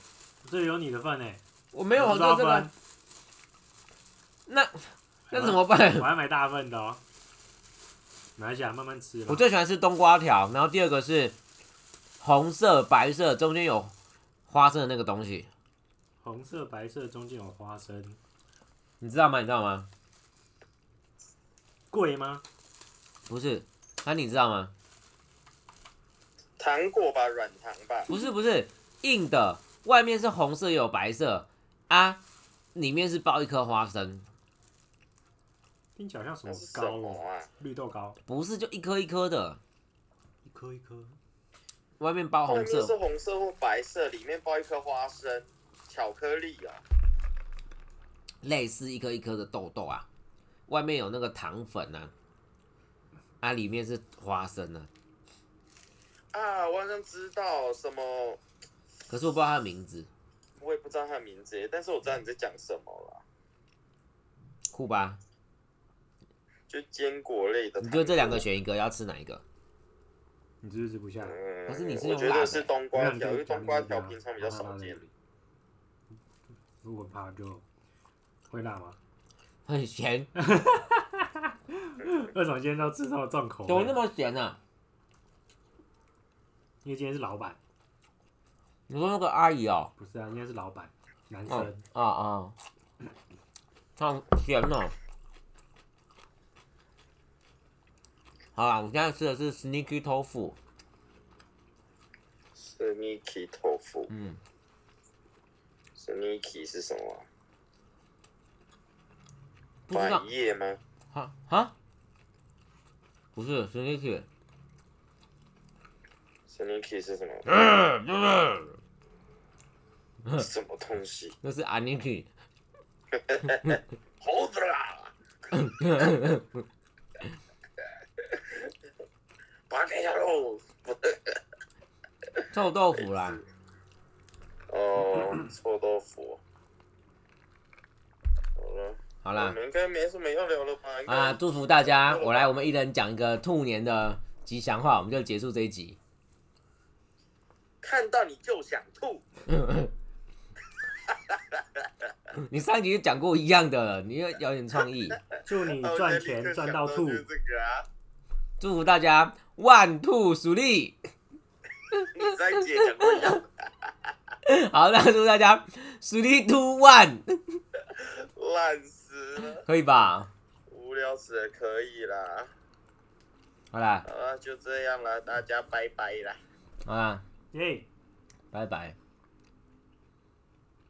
Speaker 3: 这里有你的份呢。
Speaker 1: 我没有，我
Speaker 3: 你
Speaker 1: 就
Speaker 3: 知道
Speaker 1: 这个
Speaker 3: 份，，
Speaker 1: 那那怎么办
Speaker 3: 我？还买大份的哦。马来西亚慢慢吃吧。
Speaker 1: 我最喜欢吃冬瓜条，然后第二个是红色、白色，中间有花生的那个东西，
Speaker 3: 红色、白色中间有花生，
Speaker 1: 你知道吗？你知道吗？
Speaker 3: 贵吗？
Speaker 1: 不是，那、你知道吗？
Speaker 2: 糖果吧，软糖吧，
Speaker 1: 不是不是硬的，外面是红色也有白色啊，里面是包一颗花生，
Speaker 3: 听起来好像什
Speaker 2: 那
Speaker 3: 么
Speaker 2: 是什
Speaker 3: 糕
Speaker 2: 么
Speaker 3: 哦，
Speaker 2: 啊？
Speaker 3: 绿豆糕，
Speaker 1: 不是就一颗一颗的，
Speaker 3: 一颗一颗。
Speaker 1: 外面包
Speaker 2: 外
Speaker 1: 红
Speaker 2: 面是
Speaker 1: 色，
Speaker 2: 红色或白色，里面包一颗花生，巧克力啊，
Speaker 1: 类似一颗一颗的豆豆啊，外面有那个糖粉啊，啊里面是花生啊，
Speaker 2: 啊，我好像知道什么，
Speaker 1: 可是我不知道它的名字，
Speaker 2: 我也不知道它的名字耶，但是我知道你在讲什么啦，
Speaker 1: 酷吧？
Speaker 2: 就坚果类的。
Speaker 1: 你就这两个，选一个，要吃哪一个？
Speaker 3: 你是不是吃不下？
Speaker 2: 嗯，
Speaker 1: 可是你是
Speaker 2: 我
Speaker 1: 用
Speaker 2: 觉
Speaker 1: 辣
Speaker 2: 得
Speaker 1: 的
Speaker 2: 是冬
Speaker 3: 没
Speaker 2: 瓜
Speaker 3: 有你
Speaker 2: 条，
Speaker 3: 就
Speaker 2: 因为
Speaker 3: 讲
Speaker 2: 冬瓜
Speaker 3: 那个
Speaker 2: 条平常比较少
Speaker 1: 啊
Speaker 2: 见。。
Speaker 3: 如果怕就会辣吗？
Speaker 1: 很咸，
Speaker 3: 为什么今天都吃这么重口味？
Speaker 1: 怎么那么咸啊？
Speaker 3: 因为今天是老板，
Speaker 1: 你说那个阿姨哦，
Speaker 3: 不是啊，今天是老板，男生。
Speaker 2: 哦
Speaker 1: 嗯啊啊，好咸哦。好啦，我现在吃的是 sneaky 豆腐，
Speaker 2: Sneaky 豆腐
Speaker 1: 嗯，
Speaker 2: ，Sneaky 是什么啊？
Speaker 1: 不知道
Speaker 2: 百叶吗？
Speaker 1: 哈哈，不是 sneaky，
Speaker 2: Sneaky 是什么？是什么东西？
Speaker 1: 那是 aniki，
Speaker 2: 猴子啦！把给下喽！
Speaker 1: 臭豆腐啦。
Speaker 2: 哦，臭豆腐。好了，
Speaker 1: 好
Speaker 2: 我
Speaker 1: 啦，
Speaker 2: 们应该没什么要聊了吧？应该
Speaker 1: 啊，，祝福大家，我来，我们一人讲一个兔年的吉祥话，我们就结束这一集。
Speaker 2: 看到你就想吐。
Speaker 1: 你上一集就讲过一样的了，你要有点创意。
Speaker 3: 祝你
Speaker 2: 啊我
Speaker 3: 赚
Speaker 2: 现在立
Speaker 3: 钱
Speaker 2: 刻
Speaker 3: 赚
Speaker 2: 想
Speaker 3: 到
Speaker 2: 就
Speaker 3: 吐，
Speaker 2: 是这个啊！
Speaker 1: 祝福大家万兔鼠利。
Speaker 2: 你在讲什么呀？
Speaker 1: 好，那祝大家 three two one，
Speaker 2: 烂死了，
Speaker 1: 可以吧？
Speaker 2: 无聊死了，可以啦，
Speaker 1: 好啦，
Speaker 2: 好了，就这样啦，大家拜拜啦，
Speaker 1: 好啦，
Speaker 3: 耶、
Speaker 1: 拜拜，